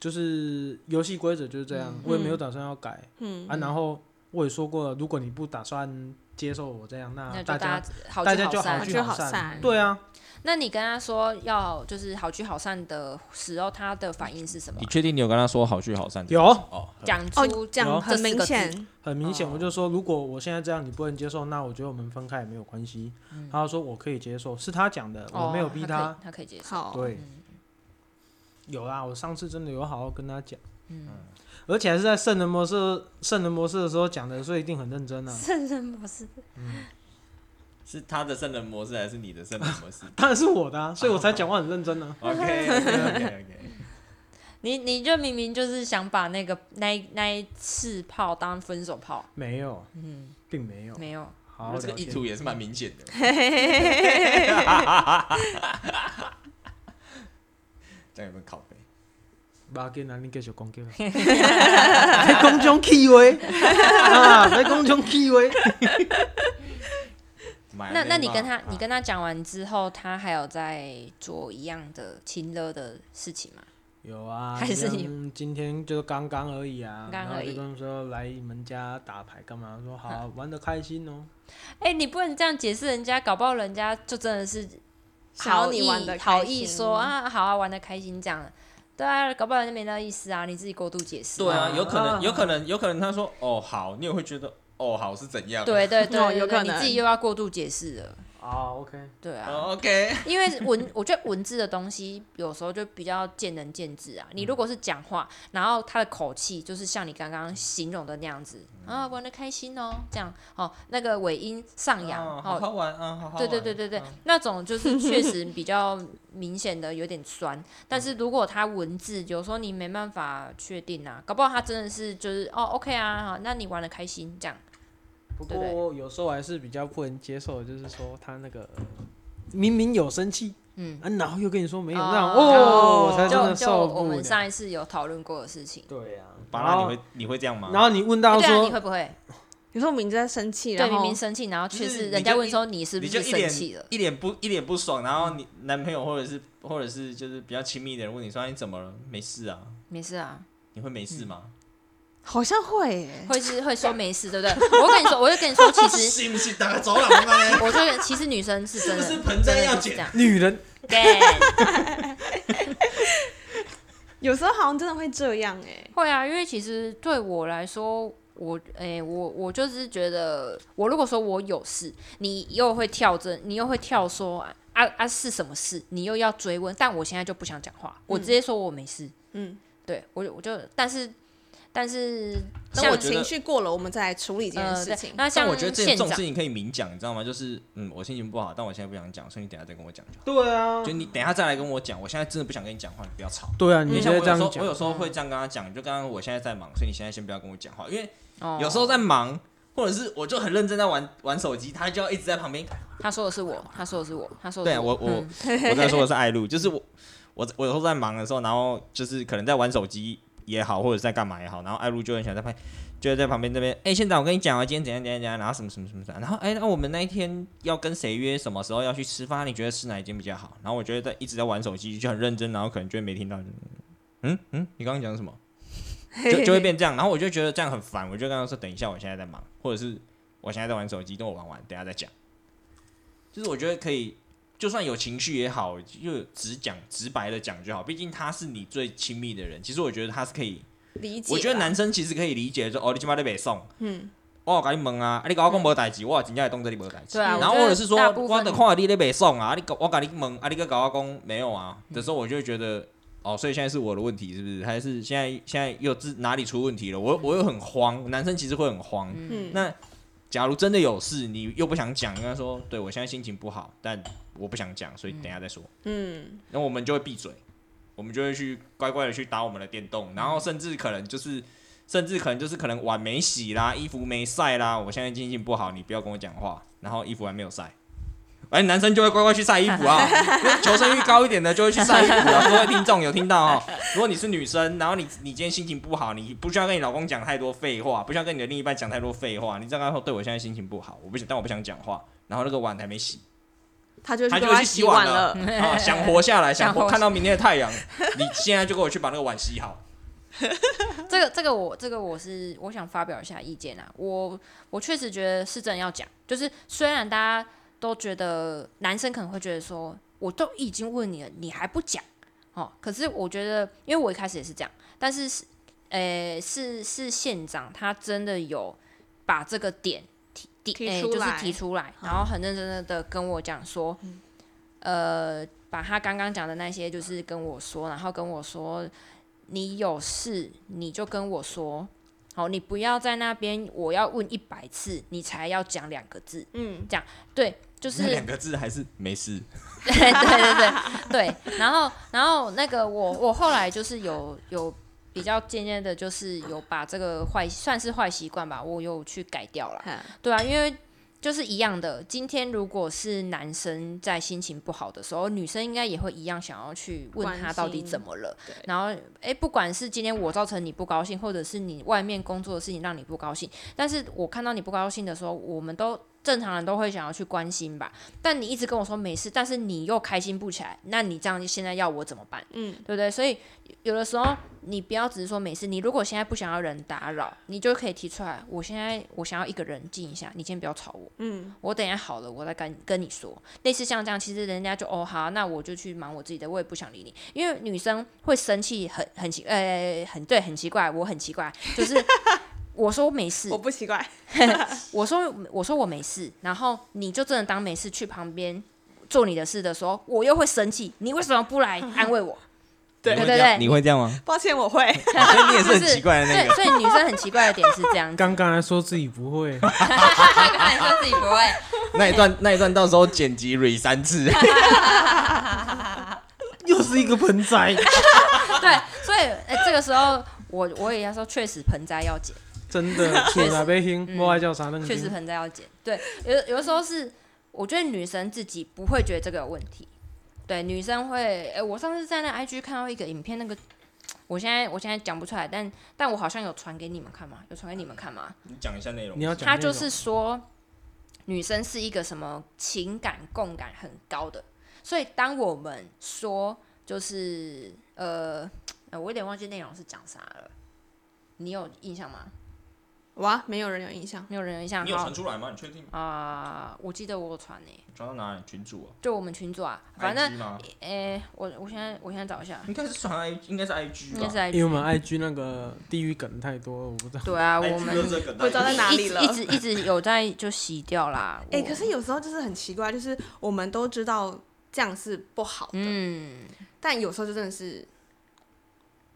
S4: 就是游戏规则就是这
S3: 嗯
S4: 样，我也没有打算要改，嗯啊，然后我也说过了，如果你不打算接受我这样，
S3: 那就
S4: 啊大
S3: 大
S4: 家
S3: 家好
S4: 大
S3: 聚
S4: 家就
S3: 散
S6: 好。
S4: 聚
S6: 聚好
S4: 散，
S6: 散
S4: 对啊，
S3: 那你跟他说要就是好聚好散的时候，他的反应是什么
S5: 你？确定你有跟他说好聚好
S2: 嗯
S5: 散？
S4: 有
S5: 哦，
S3: 讲出
S6: 哦，
S4: 有
S6: 讲很明
S3: 这四
S6: 显，
S4: 很明显，
S3: 哦
S4: 我就说，如果我现在这样你不能接受，那我觉得我们分开也没有关系。他就说我可以接受，是他讲的，我没有逼
S3: 嗯哦嗯
S4: 他
S3: 他。可以，他可以接受。
S6: 好，
S4: 对，有啦，我上次真的有好好跟他讲，
S3: 嗯
S4: 而且还是在圣人模式圣人模式的时候讲的，所以一定很认真啊。
S3: 圣人模式，
S5: 是他的圣人模式还是你的圣人模 式
S4: 当然是我的、啊，所以我才讲话很认真啊。
S5: ？OK OK OK。
S3: 你你就明明就是想把那个那一那一次炮当分手炮，
S4: 没有，
S3: 嗯，
S4: 并没有。
S3: 没有，
S4: 好好
S5: 这个
S4: 聊
S5: 意
S4: 天
S5: 图也是蛮明显的。这样有没有拷贝？
S4: 不要紧啊，你继续 讲讲。在讲种气话，啊，在讲种气话。
S5: 买
S3: 那
S5: 内
S3: 那你
S5: 骂
S3: 跟他
S5: 啊，
S3: 你跟他讲完之后，他还有在做一样的亲热的事情吗？
S4: 有啊，
S3: 还是你
S4: 像今天就刚刚而已啊，
S3: 刚
S4: 然
S3: 刚
S4: 后
S3: 而已
S4: 就跟我说来你们家打牌干嘛？我说 好、啊，玩的开心哦。
S3: 哎、你不能这样解释人家，搞不好人家就真的是
S6: 想要
S3: 好
S6: 你
S3: 意
S6: 玩的
S3: 好意说，啊，好啊，玩的开心这样。对啊，搞不好人家没那意思啊，你自己过度解释。
S5: 对啊，有可能，
S4: 啊
S5: 有可能，有可能他说哦好，你也会觉得哦好是怎样？
S3: 对 对对
S6: 哦
S3: 对
S6: 有
S3: 对
S6: 可
S3: 你
S6: 能
S3: 自己又要过度解释了。
S4: 啊，OK，
S3: 对啊，
S5: 哦，OK，
S3: 因为文，我觉得文字的东西有时候就比较见仁见智啊。你如果是讲话，然后他的口气就是像你刚刚形容的那样子啊，玩的开心哦，这样哦，那个尾音上扬
S5: 哦好
S3: 哦，
S5: 好玩啊，好好玩。
S3: 对对对对对，那种就是确实比较明显的有点酸。但是如果他文字有时候你没办法确定啊，搞不好他真的是就是哦 OK 啊，好，那你玩的开心这样。
S4: 不
S3: 对
S4: 过有时候还是比较不能接受的，就是说他那个明明有生气，
S3: 嗯
S4: 啊，然后又跟你说没有，
S3: 哦
S4: 那样哦，我才真
S3: 就
S4: 的
S3: 就
S4: 受
S3: 我
S4: 不
S3: 们
S4: 了。
S3: 上一次有讨论过的事情，
S4: 对呀，
S5: 巴
S4: 然
S5: 拉，你
S4: 后
S5: 会你会这样吗？
S4: 然后你问到
S3: 对啊，你
S4: 说，
S3: 会不会？
S6: 你说我明明在生气，
S3: 对，
S6: 然
S3: 明
S6: 后
S3: 明生气，然后却
S5: 就是是
S3: 人
S5: 你
S3: 家
S5: 就
S3: 问
S5: 一
S3: 说你是不
S5: 你就是一
S3: 生
S5: 脸
S3: 气了？嗯
S5: 一脸不一脸不爽，然后你男朋友或者是或者是就是比较亲密的人问你说啊你怎么了？没事啊，
S3: 没事啊，
S5: 你会没事吗？
S6: 好像会耶，
S3: 会是会说没事，对不对？我跟你说，我就跟你说，其实
S5: 信不信？打个走廊吗？
S3: 我就其实女生是真的，
S5: 是不是盆栽
S3: 真的
S5: 要
S3: 就是
S5: 剪
S3: 这样？
S4: 女人
S3: 对，
S6: 有时候好像真的会这样哎，
S3: 会啊，因为其实对我来说，我诶、我我就是觉得，我如果说我有事，你又会跳针，你又会跳说啊啊啊是什么事，你又要追问，但我现在就不想讲话，我直接说我没事。
S6: 嗯，
S3: 对我我就但是但是
S6: 等
S2: 但
S6: 我
S2: 我觉得
S6: 情绪过了，我们再来处理这件
S3: 呃，
S6: 事
S3: 对
S6: 情。
S3: 那
S2: 但
S3: 像
S2: 我觉得这
S3: 县
S2: 这种
S3: 长
S2: 事，情可以明讲，你知道吗？就是嗯，我心情不好，但我现在不想讲，所以你等一下再跟我讲就好。
S4: 对啊
S2: 就，你等一下再来跟我讲，我现在真的不想跟你讲话，你不要吵。
S4: 对啊，
S2: 因
S4: 你
S2: 为
S4: 现
S2: 像
S4: 在
S2: 我
S4: 这
S2: 有时
S4: 样
S2: 候，
S3: 哦
S2: 我
S4: 讲，
S2: 有时候会这样跟他讲，就刚刚我现在在忙，所以你现在先不要跟我讲话，因为
S3: 哦
S2: 有时候在忙，或者是我就很认真在玩玩手机，他就要一直在旁边。
S3: 他说的是我，他说的是我，他说的
S2: 对
S3: 是
S2: 啊我我
S3: 嗯
S2: 我在说的是爱露，就是我我我有时候在忙的时候，然后就是可能在玩手机也好，或者是在干嘛也好，然后爱露就很喜欢在旁，就会在旁边这边，哎、县长，我跟你讲啊，今天怎样怎样怎样，然后什么什么什么什么，然后哎、那我们那一天要跟谁约，什么时候要去吃饭，你觉得吃哪一间比较好？然后我觉得在一直在玩手机，就很认真，然后可能就会没听到，就嗯嗯，你刚刚讲什么？就就会变这样，然后我就觉得这样很烦，我就跟他说等一下，我现在在忙，或者是我现在在玩手机，等我玩完，等一下再讲。就是我觉得可以，就算有情绪也好，就直讲直白的讲就好，毕竟他是你最亲密的人。其实我觉得他是可以，
S6: 理解啦。
S2: 我觉得男生其实可以理解说，哦，你今晚在北送，
S6: 嗯，
S2: 我有跟你问啊，啊你跟我讲无代志，我真正会当做你无代志。
S3: 对啊，
S2: 然后
S3: 我觉得
S2: 或者是说，
S3: 大部
S2: 我
S3: 分
S2: 的看到你在北送啊，啊你跟我跟你问，啊你跟搞我讲没有啊的时候，我就会觉得。哦，所以现在是我的问题是不是？还是现在现在又自哪里出问题了？我我又很慌，男生其实会很慌。
S6: 嗯
S2: 那假如真的有事，你又不想讲，跟他说，对我现在心情不好，但我不想讲，所以等一下再说。
S6: 嗯，
S2: 那我们就会闭嘴，我们就会去乖乖的去打我们的电动，然后甚至可能就是，甚至可能就是可能碗没洗啦，衣服没晒啦，我现在心情不好，你不要跟我讲话，然后衣服还没有晒。哎，男生就会乖乖去晒衣服啊，因为求生欲高一点的就会去晒衣服啊。各位听众有听到哦？如果你是女生，然后你你今天心情不好，你不需要跟你老公讲太多废话，不需要跟你的另一半讲太多废话，你只要跟他说，对我现在心情不好，我不想，但我不想讲话，然后那个碗还没洗，
S6: 他就去
S2: 他就
S6: 帮他
S2: 去洗
S6: 洗碗
S2: 碗了
S6: 了。
S2: 啊，想活下来，
S3: 想
S2: 想
S3: 活
S2: 活看到明天的太阳，你现在就给我去把那个碗洗好。
S3: 这个这个我这个我是我想发表一下意见啊，我我确实觉得是真的要讲，就是虽然大家都觉得男生可能会觉得说，我都已经问你了，你还不讲，哦，可是我觉得，因为我一开始也是这样，但是是，呃，是是县长他真的有把这个点提提
S6: 提
S3: 呃
S6: 出
S3: 就是
S6: 来嗯
S3: 提出来，然后很认真的跟我讲说，呃，把他刚刚讲的那些就是跟我说，然后跟我说你有事你就跟我说，好，你不要在那边我要问一百次你才要讲两个字，
S6: 嗯，
S3: 对，就
S2: 那
S3: 是
S2: 两个字还是没事。
S3: 对对对对，然后然后那个我我后来就是有有比较渐渐的，就是有把这个坏算是坏习惯吧，我有去改掉了。
S6: 嗯
S3: 对啊，因为就是一样的，今天如果是男生在心情不好的时候，女生应该也会一样想要去问他
S6: 关心
S3: 到底怎么了
S6: 对。
S3: 然后诶，不管是今天我造成你不高兴，或者是你外面工作的事情让你不高兴，但是我看到你不高兴的时候，我们都。正常人都会想要去关心吧，但你一直跟我说没事，但是你又开心不起来，那你这样现在要我怎么办？
S6: 嗯，
S3: 对不对？所以有的时候你不要只是说没事，你如果现在不想要人打扰，你就可以提出来，我现在我想要一个人静一下，你先不要吵我，
S6: 嗯，
S3: 我等一下好了，我再跟跟你说。类似像这样，其实人家就哦好啊，那我就去忙我自己的，我也不想理你，因为女生会生气很很奇呃很对很奇怪，我很奇 怪，就是我说没事
S6: 我，不奇怪。
S3: 我说我说我没事，然后你就真的当没事去旁边做你的事的时候，我又会生气，你为什么不来安慰我？
S6: 对
S2: 你会
S3: 对
S2: 这样
S3: 对
S2: 你会这样吗？
S6: 抱歉，我会。
S2: 啊所以你也是很
S3: 就
S2: 奇怪的那
S3: 对，
S2: 个。
S3: 所以女生很奇怪的点是这 样子，
S4: 刚刚还说自己 不会，
S3: 刚才说 自己不会，
S2: 那一段那一段到时候剪辑 re 三 次，
S4: 又是一个盆栽，
S3: 对，所以、哎，这个时候我我也要说，确实盆栽要剪，
S4: 真的， 出来被听，我爱叫
S2: 嗯
S4: 啥那个，
S3: 嗯确实盆栽要剪。对，有有的时候是，我觉得女生自己不会觉得这个有问题，对，女生会，哎、我上次在那 IG 看到一个影片，那个。我现在我现在讲不出来，但但我好像有传给你们看嘛，有传给你们看吗？
S2: 你讲一下内容
S4: 你。要讲
S3: 他
S4: 那
S3: 就
S4: 种，
S3: 是说，女生是一个什么情感共感很高的，所以当我们说就是呃，呃我有点忘记内容是讲啥了，你有印象吗？
S6: 哇，没有人有印象。
S3: 没有人有印象
S2: 你有
S3: 好
S2: 传出来吗？你确定吗？
S3: 啊、我记得我有传呢、
S2: 传到哪里？群主啊？
S3: 就我们群主啊，反正
S2: IG 吗？
S3: 诶、我我现在我现在找一下，
S2: 应该是传 I，应该是 IG
S3: 应该
S2: 吧
S3: 是。在
S4: 因为我们 IG 那个地狱梗太多，我不知道。
S3: 对啊，我
S2: IG 就
S3: 们
S2: 这个，
S6: 不知道哎在哪
S3: 一
S6: 里
S3: 直
S6: 了
S3: 一直一直有在就洗掉啦。
S6: 哎、
S3: 我
S6: 可是有时候就是很奇怪，就是我们都知道这样是不好的，
S3: 嗯，
S6: 但有时候就真的是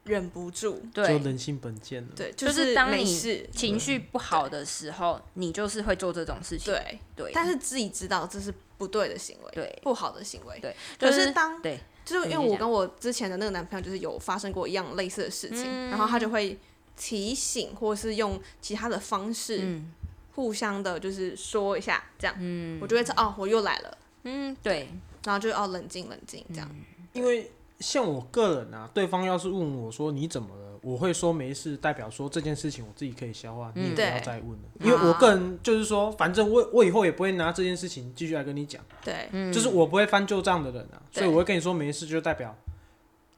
S6: 忍不住，
S4: 就
S3: 对，
S4: 人性本贱啊了。
S6: 对，
S3: 就是
S6: 是
S3: 当
S6: 没
S3: 你
S6: 事，
S3: 情绪不好的时候，你就是会做这种事情。
S6: 对，
S3: 对，
S6: 但是自己知道这是不对的行为，
S3: 对
S6: 不好的行为。
S3: 对，
S6: 可
S3: 就是
S6: 当
S3: 对
S6: 就是
S3: 你
S6: 因为
S3: 先
S6: 我
S3: 讲
S6: 跟我之前的那个男朋友就是有发生过一样类似的事情，然后他
S3: 嗯
S6: 就会提醒或是用其他的方式
S3: 嗯
S6: 互相的，就是说一下这样，
S3: 嗯
S6: 我就会知道哦我又来了，
S3: 嗯，对，
S6: 然后就哦冷静冷静这样，
S3: 嗯
S4: 因为像我个人啊，对方要是问我说你怎么了，我会说没事，代表说这件事情我自己可以消
S3: 嗯
S4: 化，你也不要
S6: 对
S4: 再问了。因为我个人就是说，反正我我以后也不会拿这件事情继续来跟你讲，
S6: 对，
S3: 嗯
S4: 就是我不会翻旧账的人啊，
S6: 嗯对
S4: 所以我会跟你说没事，就代表。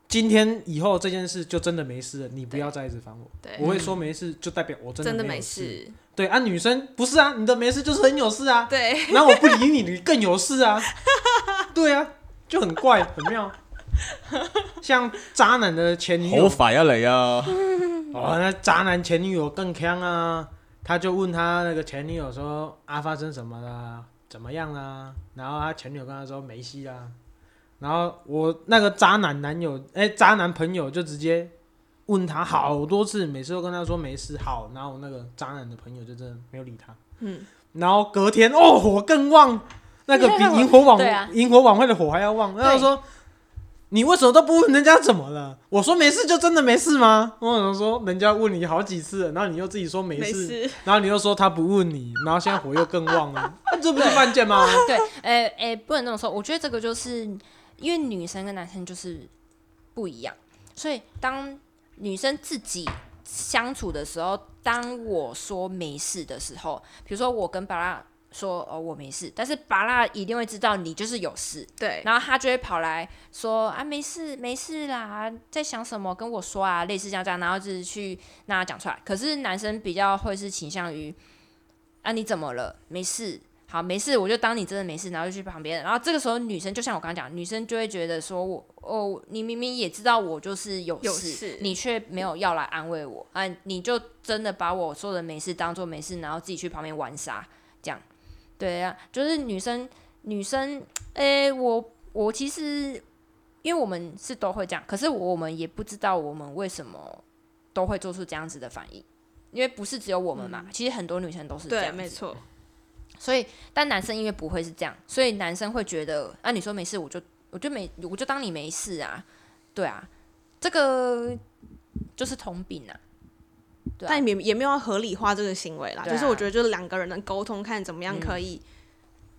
S4: 今天以后这件事就真的没事了，你不要再一直烦我。
S6: 对
S4: 我会说没事，就代表我真
S6: 真的
S4: 没
S6: 没
S4: 有事。
S6: 事，
S4: 对啊，女生不是啊，你的没事就是很有事啊。
S6: 对，
S4: 然后我不理你，你更有事啊。对啊，就很怪，很妙。像渣男的前女友
S2: 好，法要来 啊！
S3: 嗯
S4: 哦，那渣男前女友更坑啊。他就问他那个前女友说啊，发生什么啦？怎么样啦？然后他前女友跟他说没戏啦。然后我那个渣男男友，哎、渣男朋友就直接问他好多次，每次都跟他说没事好。然后我那个渣男的朋友就真的没有理他。
S6: 嗯，
S4: 然后隔天哦，火更旺，那个比萤火晚
S3: 对啊
S4: 萤火晚会的火还要旺。然后说你为什么都不问人家怎么了？我说没事就真的没事吗？我想说人家问你好几次了，然后你又自己说没
S6: 没
S4: 事，
S6: 事，
S4: 然后你又说他不问你，然后现在火又更旺了，那这不是犯贱吗？
S3: 对，诶、诶、不能这么说。我觉得这个就是因为女生跟男生就是不一样，所以当女生自己相处的时候，当我说没事的时候，比如说我跟巴拉说哦我没事，但是巴拉一定会知道你就是有事，
S6: 对，
S3: 然后他就会跑来说啊，没事没事啦，在想什么跟我说啊，类似这样这样，然后就是去让他讲出来。可是男生比较会是倾向于啊，你怎么了？没事，好没事，我就当你真的没事，然后就去旁边。然后这个时候女生就像我刚刚讲，女生就会觉得说我哦，你明明也知道我就是有事，
S6: 有事
S3: 你却没有要来安慰我啊，你就真的把我说的没事当做没事，然后自己去旁边玩沙这样。对呀、就是女生女生，诶、我我其实因为我们是都会这样，可是我们也不知道我们为什么都会做出这样子的反应，因为不是只有我们嘛，其实很多女生都是这
S6: 嗯对，
S3: 样
S6: 没
S3: 子。啊
S6: 错，
S3: 所以，但男生因为不会是这样，所以男生会觉得，啊，你说没事，我就我就没我就当你没事啊，对啊，这个就是通病啊。对啊
S6: 但也也没有要合理化这个行为啦，
S3: 对啊嗯
S6: 就是我觉得就是两个人的沟通，看怎么样可以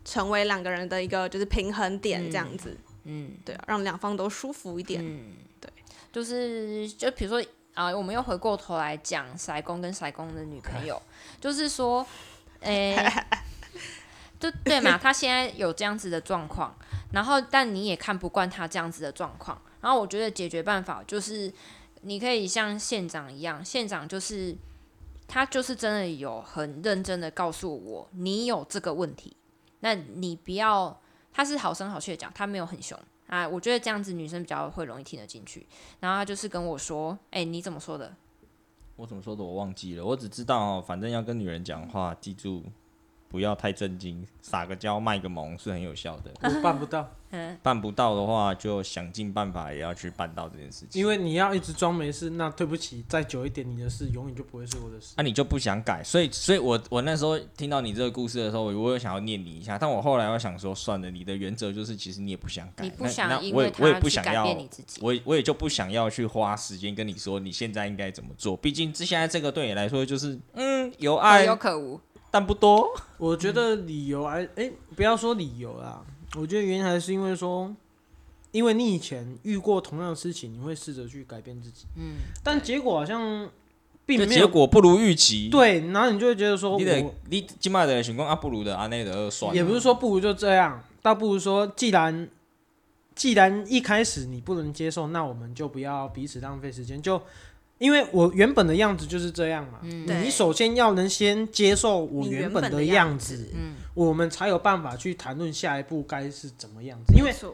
S6: 成为两个人的一个就是平衡点这样子，
S3: 嗯，
S6: 对啊，让两方都舒服一点，
S3: 嗯，
S6: 对，
S3: 就是就比如说啊、我们又回过头来讲塞公跟塞公的女朋友，就是说，诶、就对嘛，他现在有这样子的状况，然后但你也看不惯他这样子的状况，然后我觉得解决办法就是你可以像县长一样，县长就是他就是真的有很认真的告诉我你有这个问题，那你不要他是好声好气的讲，他没有很凶啊。我觉得这样子女生比较会容易听得进去。然后他就是跟我说：“哎、你怎么说的？
S5: 我怎么说的我忘记了，我只知道、哦，反正要跟女人讲话，记住不要太震惊，撒个娇卖个萌是很有效的。
S4: 我办不到，
S5: 办不到的话，就想尽办法也要去办到这件事情。
S4: 因为你要一直装没事，那对不起，再久一点你的事永远就不会是我的事。
S5: 那、你就不想改，所以，所以我我那时候听到你这个故事的时候，我我有想要念你一下，但我后来我想说，算了，你的原则就是，其实你也不想改，
S3: 你不
S5: 哎那那
S3: 想因
S5: 我
S3: 为
S5: 也我也
S3: 他
S5: 不
S3: 去
S5: 想
S3: 改
S5: 要
S3: 变你自己。
S5: 我也我也就不想要去花时间跟你说你现在应该怎么做，毕竟这现在这个对你来说就是，嗯，有
S3: 可
S5: 爱
S3: 哦有可无。
S5: 但不多，
S4: 我觉得理由还哎、不要说理由啦，我觉得原因还是因为说，因为你以前遇过同样的事情，你会试着去改变自己，
S3: 嗯，
S4: 但结果好像并
S5: 就
S4: 没
S5: 结
S4: 有
S5: 果不如预期。，
S4: 对，然后你就会觉得说
S5: 你得
S4: 我
S5: 你今麦的情况啊，不如的啊，那的算了，
S4: 也不是说不如就这样，倒不如说既然既然一开始你不能接受，那我们就不要彼此浪费时间，就因为我原本的样子就是这样嘛，
S6: 嗯对
S5: 嗯
S3: 嗯
S4: 你首先要能先接受我
S6: 你
S4: 原
S6: 原
S4: 本
S6: 本
S4: 的
S6: 的
S4: 样
S6: 样
S4: 子
S6: 子，
S3: 嗯
S4: 我们才有办法去谈论下一步该是怎么样子，因为
S6: 没错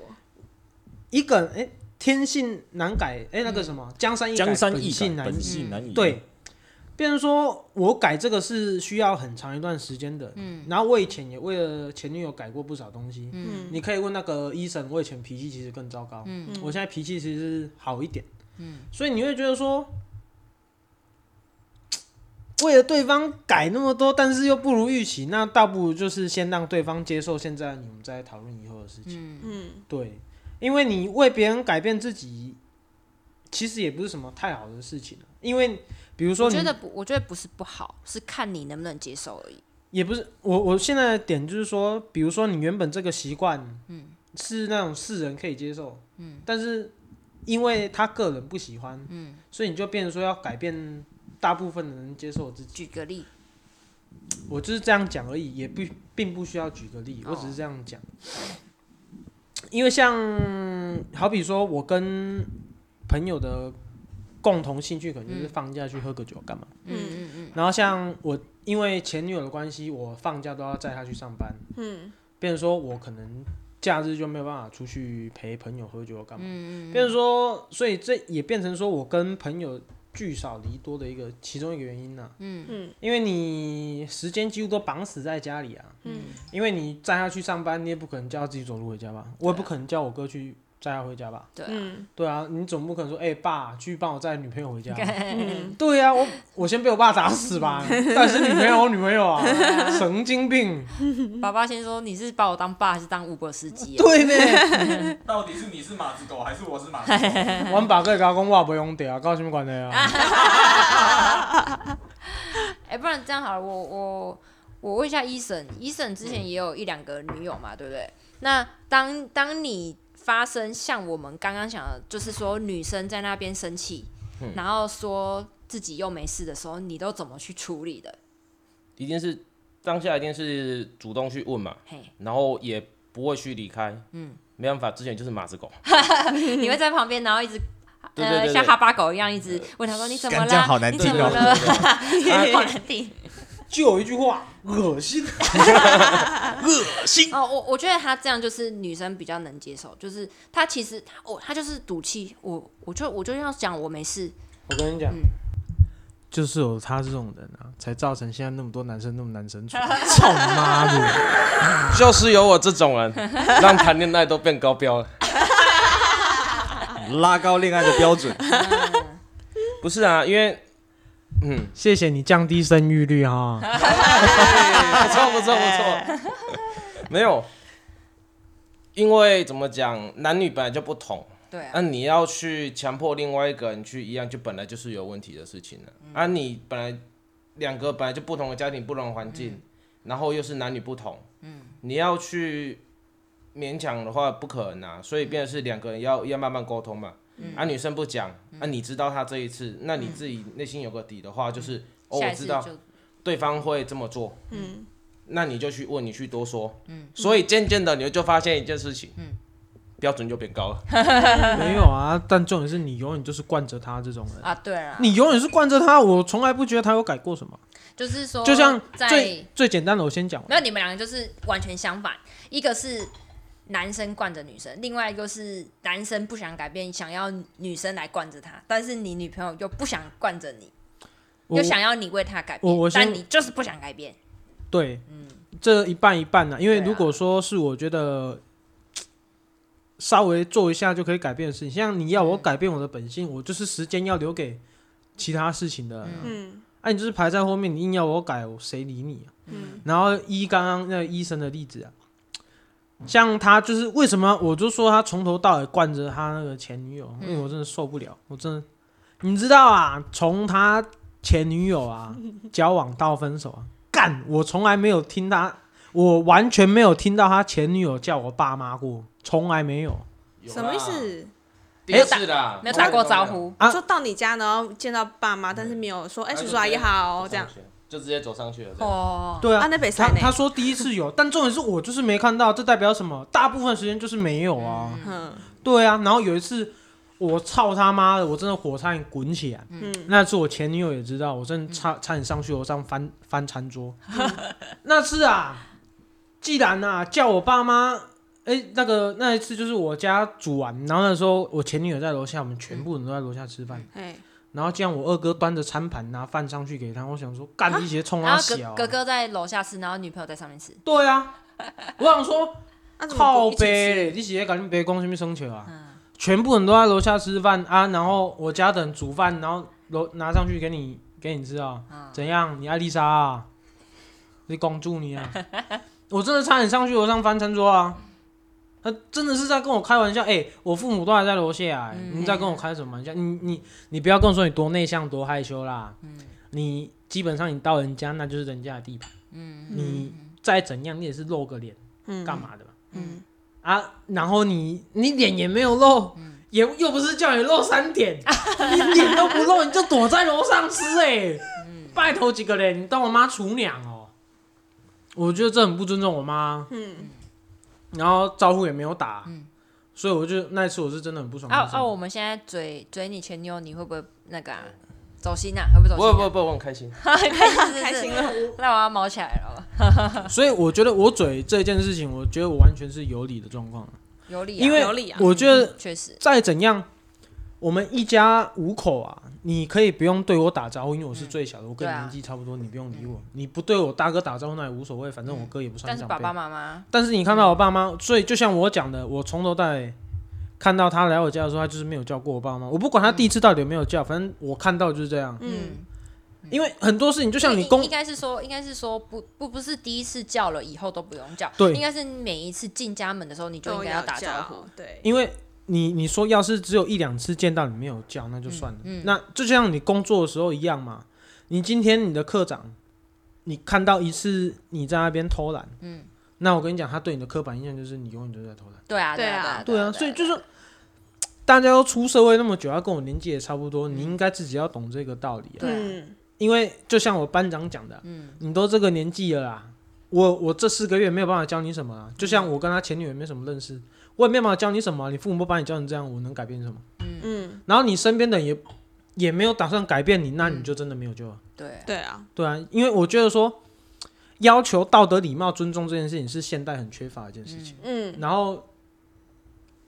S4: 一个人哎、诶天性难改，哎、那个什么江山
S5: 嗯
S4: 易
S5: 江山
S4: 本
S5: 易改，嗯
S4: 性难
S5: 本
S4: 移。
S5: 性
S2: 嗯
S5: 难移。
S4: 对，变成说我改这个是需要很长一段时间的。嗯，然后我以前也为了前女友改过不少东西。
S3: 嗯
S6: 嗯
S4: 你可以问那个医生，我以前脾气其实更糟糕。嗯，我现在脾气其实好一点。嗯，所以你会觉得说，为了对方改那么多，但是又不如预期，那倒不如就是先让对方接受现在的你，我们再讨论以后的事情。
S6: 嗯，
S4: 对，因为你为别人改变自己，其实也不是什么太好的事情啊因为比如说
S3: 我
S4: 你，
S3: 觉得不，我觉得不是不好，是看你能不能接受而已。
S4: 也不是我我现在的点就是说，比如说你原本这个习惯，嗯，是那种世人可以接受，嗯，但是因为他个人不喜欢，嗯，所以你就变成说要改变大部分的人接受自己。
S3: 举个例，
S4: 我就是这样讲而已，也不并不需要举个例，我只是这样讲。因为像好比说，我跟朋友的共同兴趣可能就是放假去喝个酒干嘛。
S3: 嗯嗯嗯，
S4: 然后像我，因为前女友的关系，我放假都要载她去上班。嗯，变成说我可能假日就没有办法出去陪朋友喝酒干嘛。嗯变成说，所以这也变成说我跟朋友聚少离多的一个其中一个原因呢、嗯
S6: 嗯，
S4: 因为你时间几乎都绑死在家里啊。
S6: 嗯，
S4: 因为你载她去上班，你也不可能叫她自己走路回家吧？我也不可能叫我哥去载她回家吧？
S3: 对啊，
S6: 嗯
S4: 对啊，你总不可能说，哎、爸，去帮我载女朋友回家啊。
S6: 嗯，
S4: 对呀、啊，我我先被我爸打死吧，但是女朋友我女朋友啊，神经病，
S3: 嗯爸爸先说你是把我当爸还是当 Uber 司机啊？
S4: 对呗，
S5: 到底是你是马子狗还是我是马 子狗？
S4: 我们把个甲讲我不用得啊，搞什么关系啊？
S3: 哎、不然这样好了，我我我问一下医生，医生之
S5: 嗯
S3: 前也有一两个女友嘛，对不对？那当当你发生像我们刚刚讲的，就是说女生在那边生气，
S5: 嗯
S3: 然后说自己又没事的时候，你都怎么去处理的？
S7: 一定是当下一定是主动去问嘛，
S3: 嘿，
S7: 然后也不会去离开，嗯，没办法，之前就是马子狗，
S3: 你会在旁边，然后一直。
S7: 对对对
S3: 呃，
S7: 对
S3: 像哈巴狗一样一直问他说：“你怎么
S2: 干这样
S3: 了？
S2: 好难
S3: 你
S2: 听
S3: 怎么
S2: 哦
S3: 了？” 好难听。
S4: 就有一句话，恶心，
S3: 哦，我我觉得他这样就是女生比较能接受，就是他其实他哦，他就是赌气，我我就我就要讲我没事，
S4: 我跟你讲。
S3: 嗯
S4: 就是有他这种人啊，才造成现在那么多男生那么难相 处。操你妈的！
S7: 就是有我这种人， 让谈恋爱都变高 标了。
S2: 拉高恋爱的标准，
S7: 不是啊，因为嗯，
S4: 谢谢你降低生育率哈。
S7: 不错不错不错，没有，因为怎么讲，男女本来就不同，
S3: 对啊
S7: 那、，你要去强迫另外一个人去一样，就本来就是有问题的事情了。
S5: 嗯
S7: 啊，你本来两个本来就不同的家庭、不同的环
S5: 嗯
S7: 境，然后又是男女不同，嗯，你要去勉强的话不可能啊，所以变的是两个
S5: 嗯
S7: 人要要慢慢沟通嘛。啊，女生不讲，啊，你知道她这一次，那
S5: 嗯
S7: 你自己内心有个底的话，就是、哦，
S3: 下
S7: 我
S3: 一次
S7: 知
S3: 就
S7: 道对方会这么做，
S6: 嗯，
S7: 那你就去问，你去多说，嗯，所以渐渐的你就发现一件事情，嗯，标准就变高了。
S4: 没有啊，但重点是你永远就是惯着他这种人，
S3: 啊，对啊，
S4: 你永远是惯着他。我从来不觉得他有改过什么。
S3: 就是说，
S4: 就像
S3: 哦在
S4: 最最简单的，我先讲完。
S3: 没有你们两个就是完全相反，一个是男生惯着女生，另外一个是男生不想改变，想要女生来惯着他，但是你女朋友又不想惯着你，
S4: 我
S3: 又想要你为他改
S4: 我我
S3: 变，
S4: 先
S3: 但你就是不想改变，嗯
S4: 对，这一半一半呢、因为
S3: 对啊
S4: 如果说是我觉得、稍微做一下就可以改变的事情，像你要
S3: 嗯
S4: 我改变我的本性，我就是时间要留给其他事情的人啊。
S6: 嗯
S4: 啊，你就是排在后面，你硬要我改，我谁理你啊？
S6: 嗯
S4: 然后依刚刚那个医生的例子啊，像他就是为什么我就说他从头到尾惯着他那个前女友，因为我真的受不了，我真的，你知道啊，从他前女友啊交往到分手啊，干，我从来没有听他，我完全没有听到他前女友叫我爸妈过，从来没有。
S6: 什么意？思？
S7: 也是啦，
S3: 没有打过招呼，
S4: 啊
S6: 说到你家，然后见到爸妈，但是没有说“哎，
S7: 啊
S6: 叔
S7: 就
S6: 叔阿姨
S7: 直接
S6: 好”这样。，
S7: 就直接走上去了。哦，
S3: 哦，
S4: 对啊，
S6: 啊，那北
S4: 他
S6: 塞呢？
S4: 他说第一次有，但重点是我就是没看到，这代表什么？大部分时间就是没有啊。
S6: 嗯
S4: 对啊，然后有一次我操他妈的，我真的火差点滚起来。
S6: 嗯
S4: 那次我前女友也知道，我真
S3: 嗯
S4: 的差差点上去楼上翻翻 餐桌。那次啊，既然啊叫我爸妈，哎、那个那一次就是我家煮完，然后那时候我前女友在楼下，我们全部人都在楼下吃
S3: 嗯
S4: 饭。
S6: 哎，
S4: 然后既然我二哥端着餐盘拿饭上去给他，我想说干一些冲
S3: 啊然
S4: 他
S3: 后
S4: 小、
S3: 哥哥哥在楼下吃，然后女朋友在上面吃，
S4: 对啊，我想说
S6: 那怎么
S4: 靠
S6: 不一起吃嗯
S4: 背，你是咧甲恁爸讲什么生肖啊？全部人都在楼下吃饭啊，然后我家等煮饭，然后楼拿上去给你给你吃啊，
S6: 嗯
S4: 怎样？你爱丽莎啊？你公主你 啊？我真的差点上去楼上翻餐桌啊！他真的是在跟我开玩笑，哎、我父母都还在楼下、哎
S3: 嗯
S4: 你在跟我开什么玩笑？你你你不要跟我说你多内向多害羞啦，
S6: 嗯
S4: 你基本上你到人家那就是人家的地盘，你再怎样你也是露个脸
S6: 嗯，
S4: 干？嘛的嘛？
S6: 嗯，
S4: 啊，然后你你脸也没有露，也又不是叫你露三点，你脸都不露，你就躲在楼上吃哎、拜托几个人，你当我妈厨娘哦、我觉得这很不尊重我妈，
S6: 嗯，
S4: 然后招呼也没有打，所以我就那一次我是真的很不爽。
S3: 啊啊！我们现在追追你前女友，你会不会那个啊？走心啊？会不会走
S7: 不会不
S3: 心、
S7: 会
S3: 啊？
S7: 不会，我很开心。
S6: 开心了，
S3: 那我要毛起来了，
S4: 所以我觉得我嘴这件事情，我觉得我完全是有理的状况。
S3: 有理、啊，
S4: 因为
S6: 有理啊
S4: 我觉得
S3: 确实，
S4: 再怎样，我们一家五口啊，你可以不用对我打招呼，因为我是最小的，我
S3: 对
S4: 跟你
S3: 啊
S4: 年纪差不多，你不用理我。你不对我大哥打招呼那也无所谓，反正我哥也不算
S3: 但是
S4: 长
S3: 爸
S4: 辈。
S3: 爸妈妈，
S4: 但是你看到我爸妈，所以就像我讲的，我从头到尾看到他来我家的时候，他就是没有叫过我爸妈。我不管他第一次到底有没有叫，反正我看到就是这样。
S6: 嗯，
S4: 因为很多事情就
S3: 就
S4: 像你公
S3: 应该是说，应该是说不不不是第一次叫了，以后都不用叫，
S4: 对
S3: 应该是每一次进家门的时候你就应该打招呼，
S6: 呼，对，
S4: 因为你你说要是只有一两次见到你没有叫，那就算了。
S3: 嗯嗯
S4: 那就像你工作的时候一样嘛，你今天你的科长，你看到一次你在那边偷懒，
S3: 嗯，
S4: 那我跟你讲，他对你的刻板印象就是你永远都在偷懒。
S3: 对啊，
S6: 对啊
S3: 啊，
S4: 对啊，所以就是说。大家都出社会那么久，要跟我年纪也差不多，你应该自己要懂这个道理啊。
S3: 对啊
S6: 嗯，
S4: 因为就像我班长讲的，
S3: 嗯
S4: 你都这个年纪了啦，我我这四个月没有办法教你什么啊。就像我跟他前女友也没什么认识，我也没办法教你什么啊、你父母不把你教成这样，我能改变什么？
S6: 嗯，
S4: 然后你身边的人也也没有打算改变你，那你就真的没有救了。
S3: 对，
S6: 对啊，
S4: 对啊，因为我觉得说要求道德、礼貌、尊重这件事情是现代很缺乏的一件事情。
S6: 嗯，
S4: 然后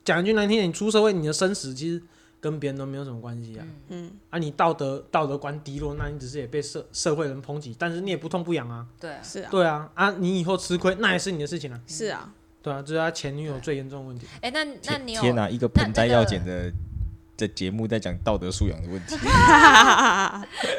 S4: 讲一句难听点，你出社会，你的生死其实跟别人都没有什么关系啊。
S6: 嗯，
S4: 啊，你道德道德观低落，那你只是也被社社会人抨击，但是你也不痛不痒啊。
S3: 对啊，
S6: 是啊，
S4: 对啊，啊，你以后吃亏那也是你的事情啊。
S6: 是啊，
S4: 对啊，这是他前女友最严重的问题。
S3: 哎、那那你有
S5: 天哪、一个
S3: 那
S5: 盆栽
S3: 那个
S5: 要剪的的节目在讲道德素养的问题，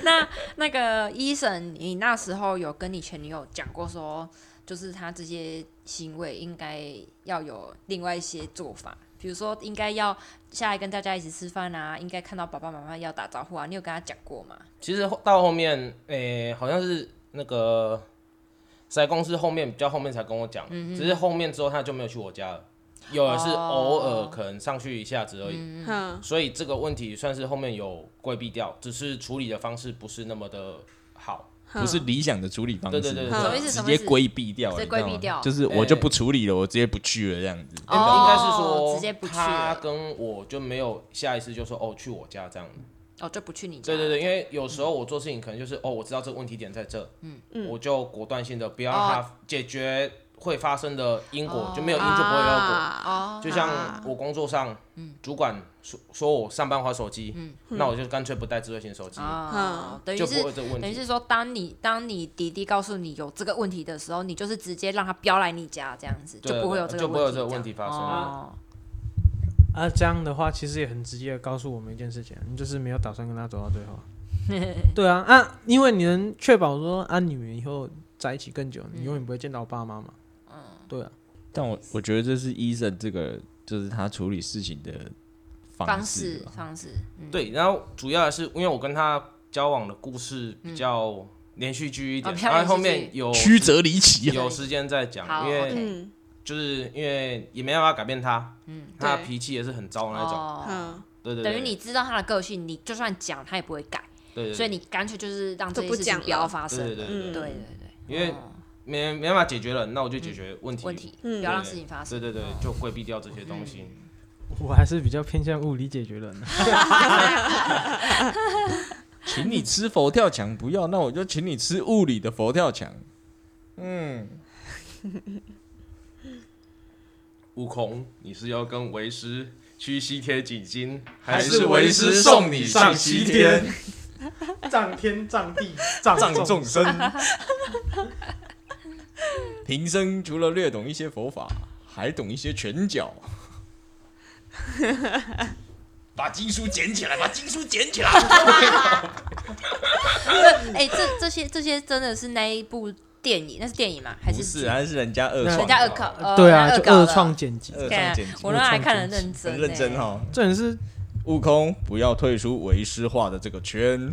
S3: 那那个医生，你那时候有跟你前女友讲过说，就是他这些行为应该要有另外一些做法，比如说应该要下来跟大家一起吃饭啊，应该看到爸爸妈妈要打招呼啊，你有跟他讲过吗？
S7: 其实后到后面，诶、好像是那个在公司后面比较后面才跟我讲，
S3: 嗯
S7: 只是后面之后他就没有去我家了，有的是
S3: 哦
S7: 偶尔可能上去一下子而已，
S6: 嗯，
S7: 所以这个问题算是后面有规避掉，只是处理的方式不是那么的好。
S5: 不是理想的处理方式，
S7: 对对对
S6: 嗯
S7: 对对，
S3: 什么意思？
S5: 直
S3: 什么意
S5: 接
S3: 思？
S5: 规避掉，
S3: 直接
S5: 你知道
S3: 规避
S5: 吗
S3: 掉
S5: 就是我就
S7: 哎
S5: 不处理了，我直接不去了这样子。
S7: 应该应该是
S3: 哦
S7: 说
S3: 直接不去
S7: 他
S3: 了
S7: 跟我就没有下一次就说哦去我家这样子。
S3: 哦，就不去你家。
S7: 对对对，因为有时候我做事情可能就是哦我知道这个问题点在这，嗯，我就果断性的不
S3: 哦
S7: 要让它解决会发生的因果，就没有因就不会有
S3: 嗯
S7: 果。
S6: 哦
S3: 哦
S6: 啊，
S7: 就像我工作上，主管说说我上班划手机，
S6: 嗯
S7: 那我就干脆不带智慧型手机，
S3: 嗯哦，等于
S7: 就不会
S3: 是
S7: 有这个问
S3: 等于
S7: 题。
S3: 是说，当你当你弟弟告诉你有这个问题的时候，你就是直接让他飙来你家，这样子
S7: 对
S3: 不会有
S7: 对
S3: 这个
S7: 就不会有
S3: 问题
S7: 这个问
S3: 这
S7: 题
S3: 样
S7: 发生
S3: 哦，
S4: 啊，这样的话其实也很直接的告诉我们一件事情，啊你就是没有打算跟他走到最后啊。对啊，啊，因为你能确保说啊，你们以后在一起更久，你永远不会见到我爸妈嘛。嗯，对啊，
S5: 但我我觉得这是医生这个就是他处理事情的
S3: 方
S5: 方
S3: 式
S5: 吧
S3: 方式，嗯，
S7: 对，然后主要是因为我跟他交往的故事比较连续剧一
S3: 嗯哦
S7: 点，
S3: 比较
S7: 然后后
S3: 连续
S7: 面
S3: 剧
S7: 有
S5: 曲折离奇啊，
S7: 有时间再讲，
S3: 好
S7: 因为
S3: OK
S6: 嗯，
S7: 就是因为也没办法改变他，他
S6: 对
S7: 脾气也是很糟的那种，
S3: 嗯哦
S6: 嗯，
S7: 对对对，
S3: 等于你知道他的个性，你就算讲他也不会改，
S7: 对，对对
S3: 所以你嗯干脆就是让这
S6: 就
S3: 件
S6: 不
S3: 事
S6: 讲
S3: 情
S6: 了
S3: 不要发
S7: 对
S3: 生。
S7: 对对
S3: 对
S6: 嗯
S7: 对对，
S3: 对
S7: 因为
S3: 哦
S7: 没没办法解决了，那我就解决问题，
S3: 问题哦嗯不
S6: 嗯
S3: 要让事情发
S7: 对
S3: 生。
S7: 对对，就规避掉这些东西。
S4: 我还是比较偏向物理解决人啊的。
S5: 请你吃佛跳墙不要，那我就请你吃物理的佛跳墙。嗯，
S7: 悟空，你是要跟为师去西天取经，还
S5: 还
S7: 是
S5: 是
S7: 为
S5: 为
S7: 师
S5: 师
S7: 送
S5: 送
S7: 你
S5: 你
S7: 上
S5: 上西
S7: 西天
S5: 天？
S4: 葬天葬地葬
S5: 葬众 生， 平生除了略懂一些佛法，还懂一些拳脚。把经书捡起来，把经书捡起来。
S3: 哎、这这些这些真的是那一部电影，那是电影吗？还
S2: 不是，
S3: 剧
S2: 还是人家二创
S4: 那
S2: 的，
S3: 人家恶搞，呃
S4: 对
S3: 人
S4: 啊，
S3: 家
S4: 就
S3: 恶搞了
S4: 二创剪辑，
S2: 二
S3: 对啊
S2: 创剪辑，
S3: 我都还看得很认真、欸
S2: 很认真。哦。
S4: 重点是
S2: 悟空不要退出为师化的这个圈，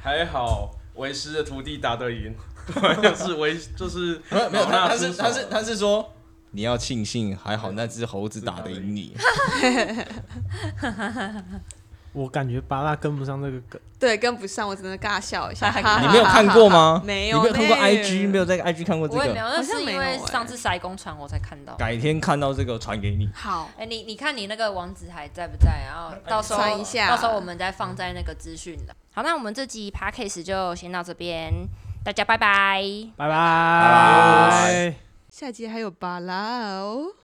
S7: 还好为师的徒弟打得 赢，不然就是为就是
S2: 没有没有，他他
S7: 老衲
S2: 是
S7: 出手
S2: 他是他是说哎你要庆幸还好那只猴子打得赢你，
S4: 我感觉巴拉跟不上这个梗，
S6: 对，跟不上，我只能尬笑 一下。
S2: 你
S6: 你
S2: 没有看过？吗？
S6: 没
S2: 你
S6: 有
S2: 没有看过
S6: 呢
S2: IG，没有在 IG 看过这
S3: 我也没
S2: 个，
S3: 有，那
S6: 好像
S3: 是因
S6: 没有
S3: 为
S6: 哎
S3: 上次塞工传我才看到。
S2: 改天看到这个传给你。
S6: 好，
S3: 哎、你你看你那个网址还在不在？然后到时候
S6: 传一下
S3: 到时候我们再放在那个资讯的。好，那我们这集 p a c k a g e 就先到这边，大家拜拜。
S4: 拜拜。
S6: 下集还有巴拉哦。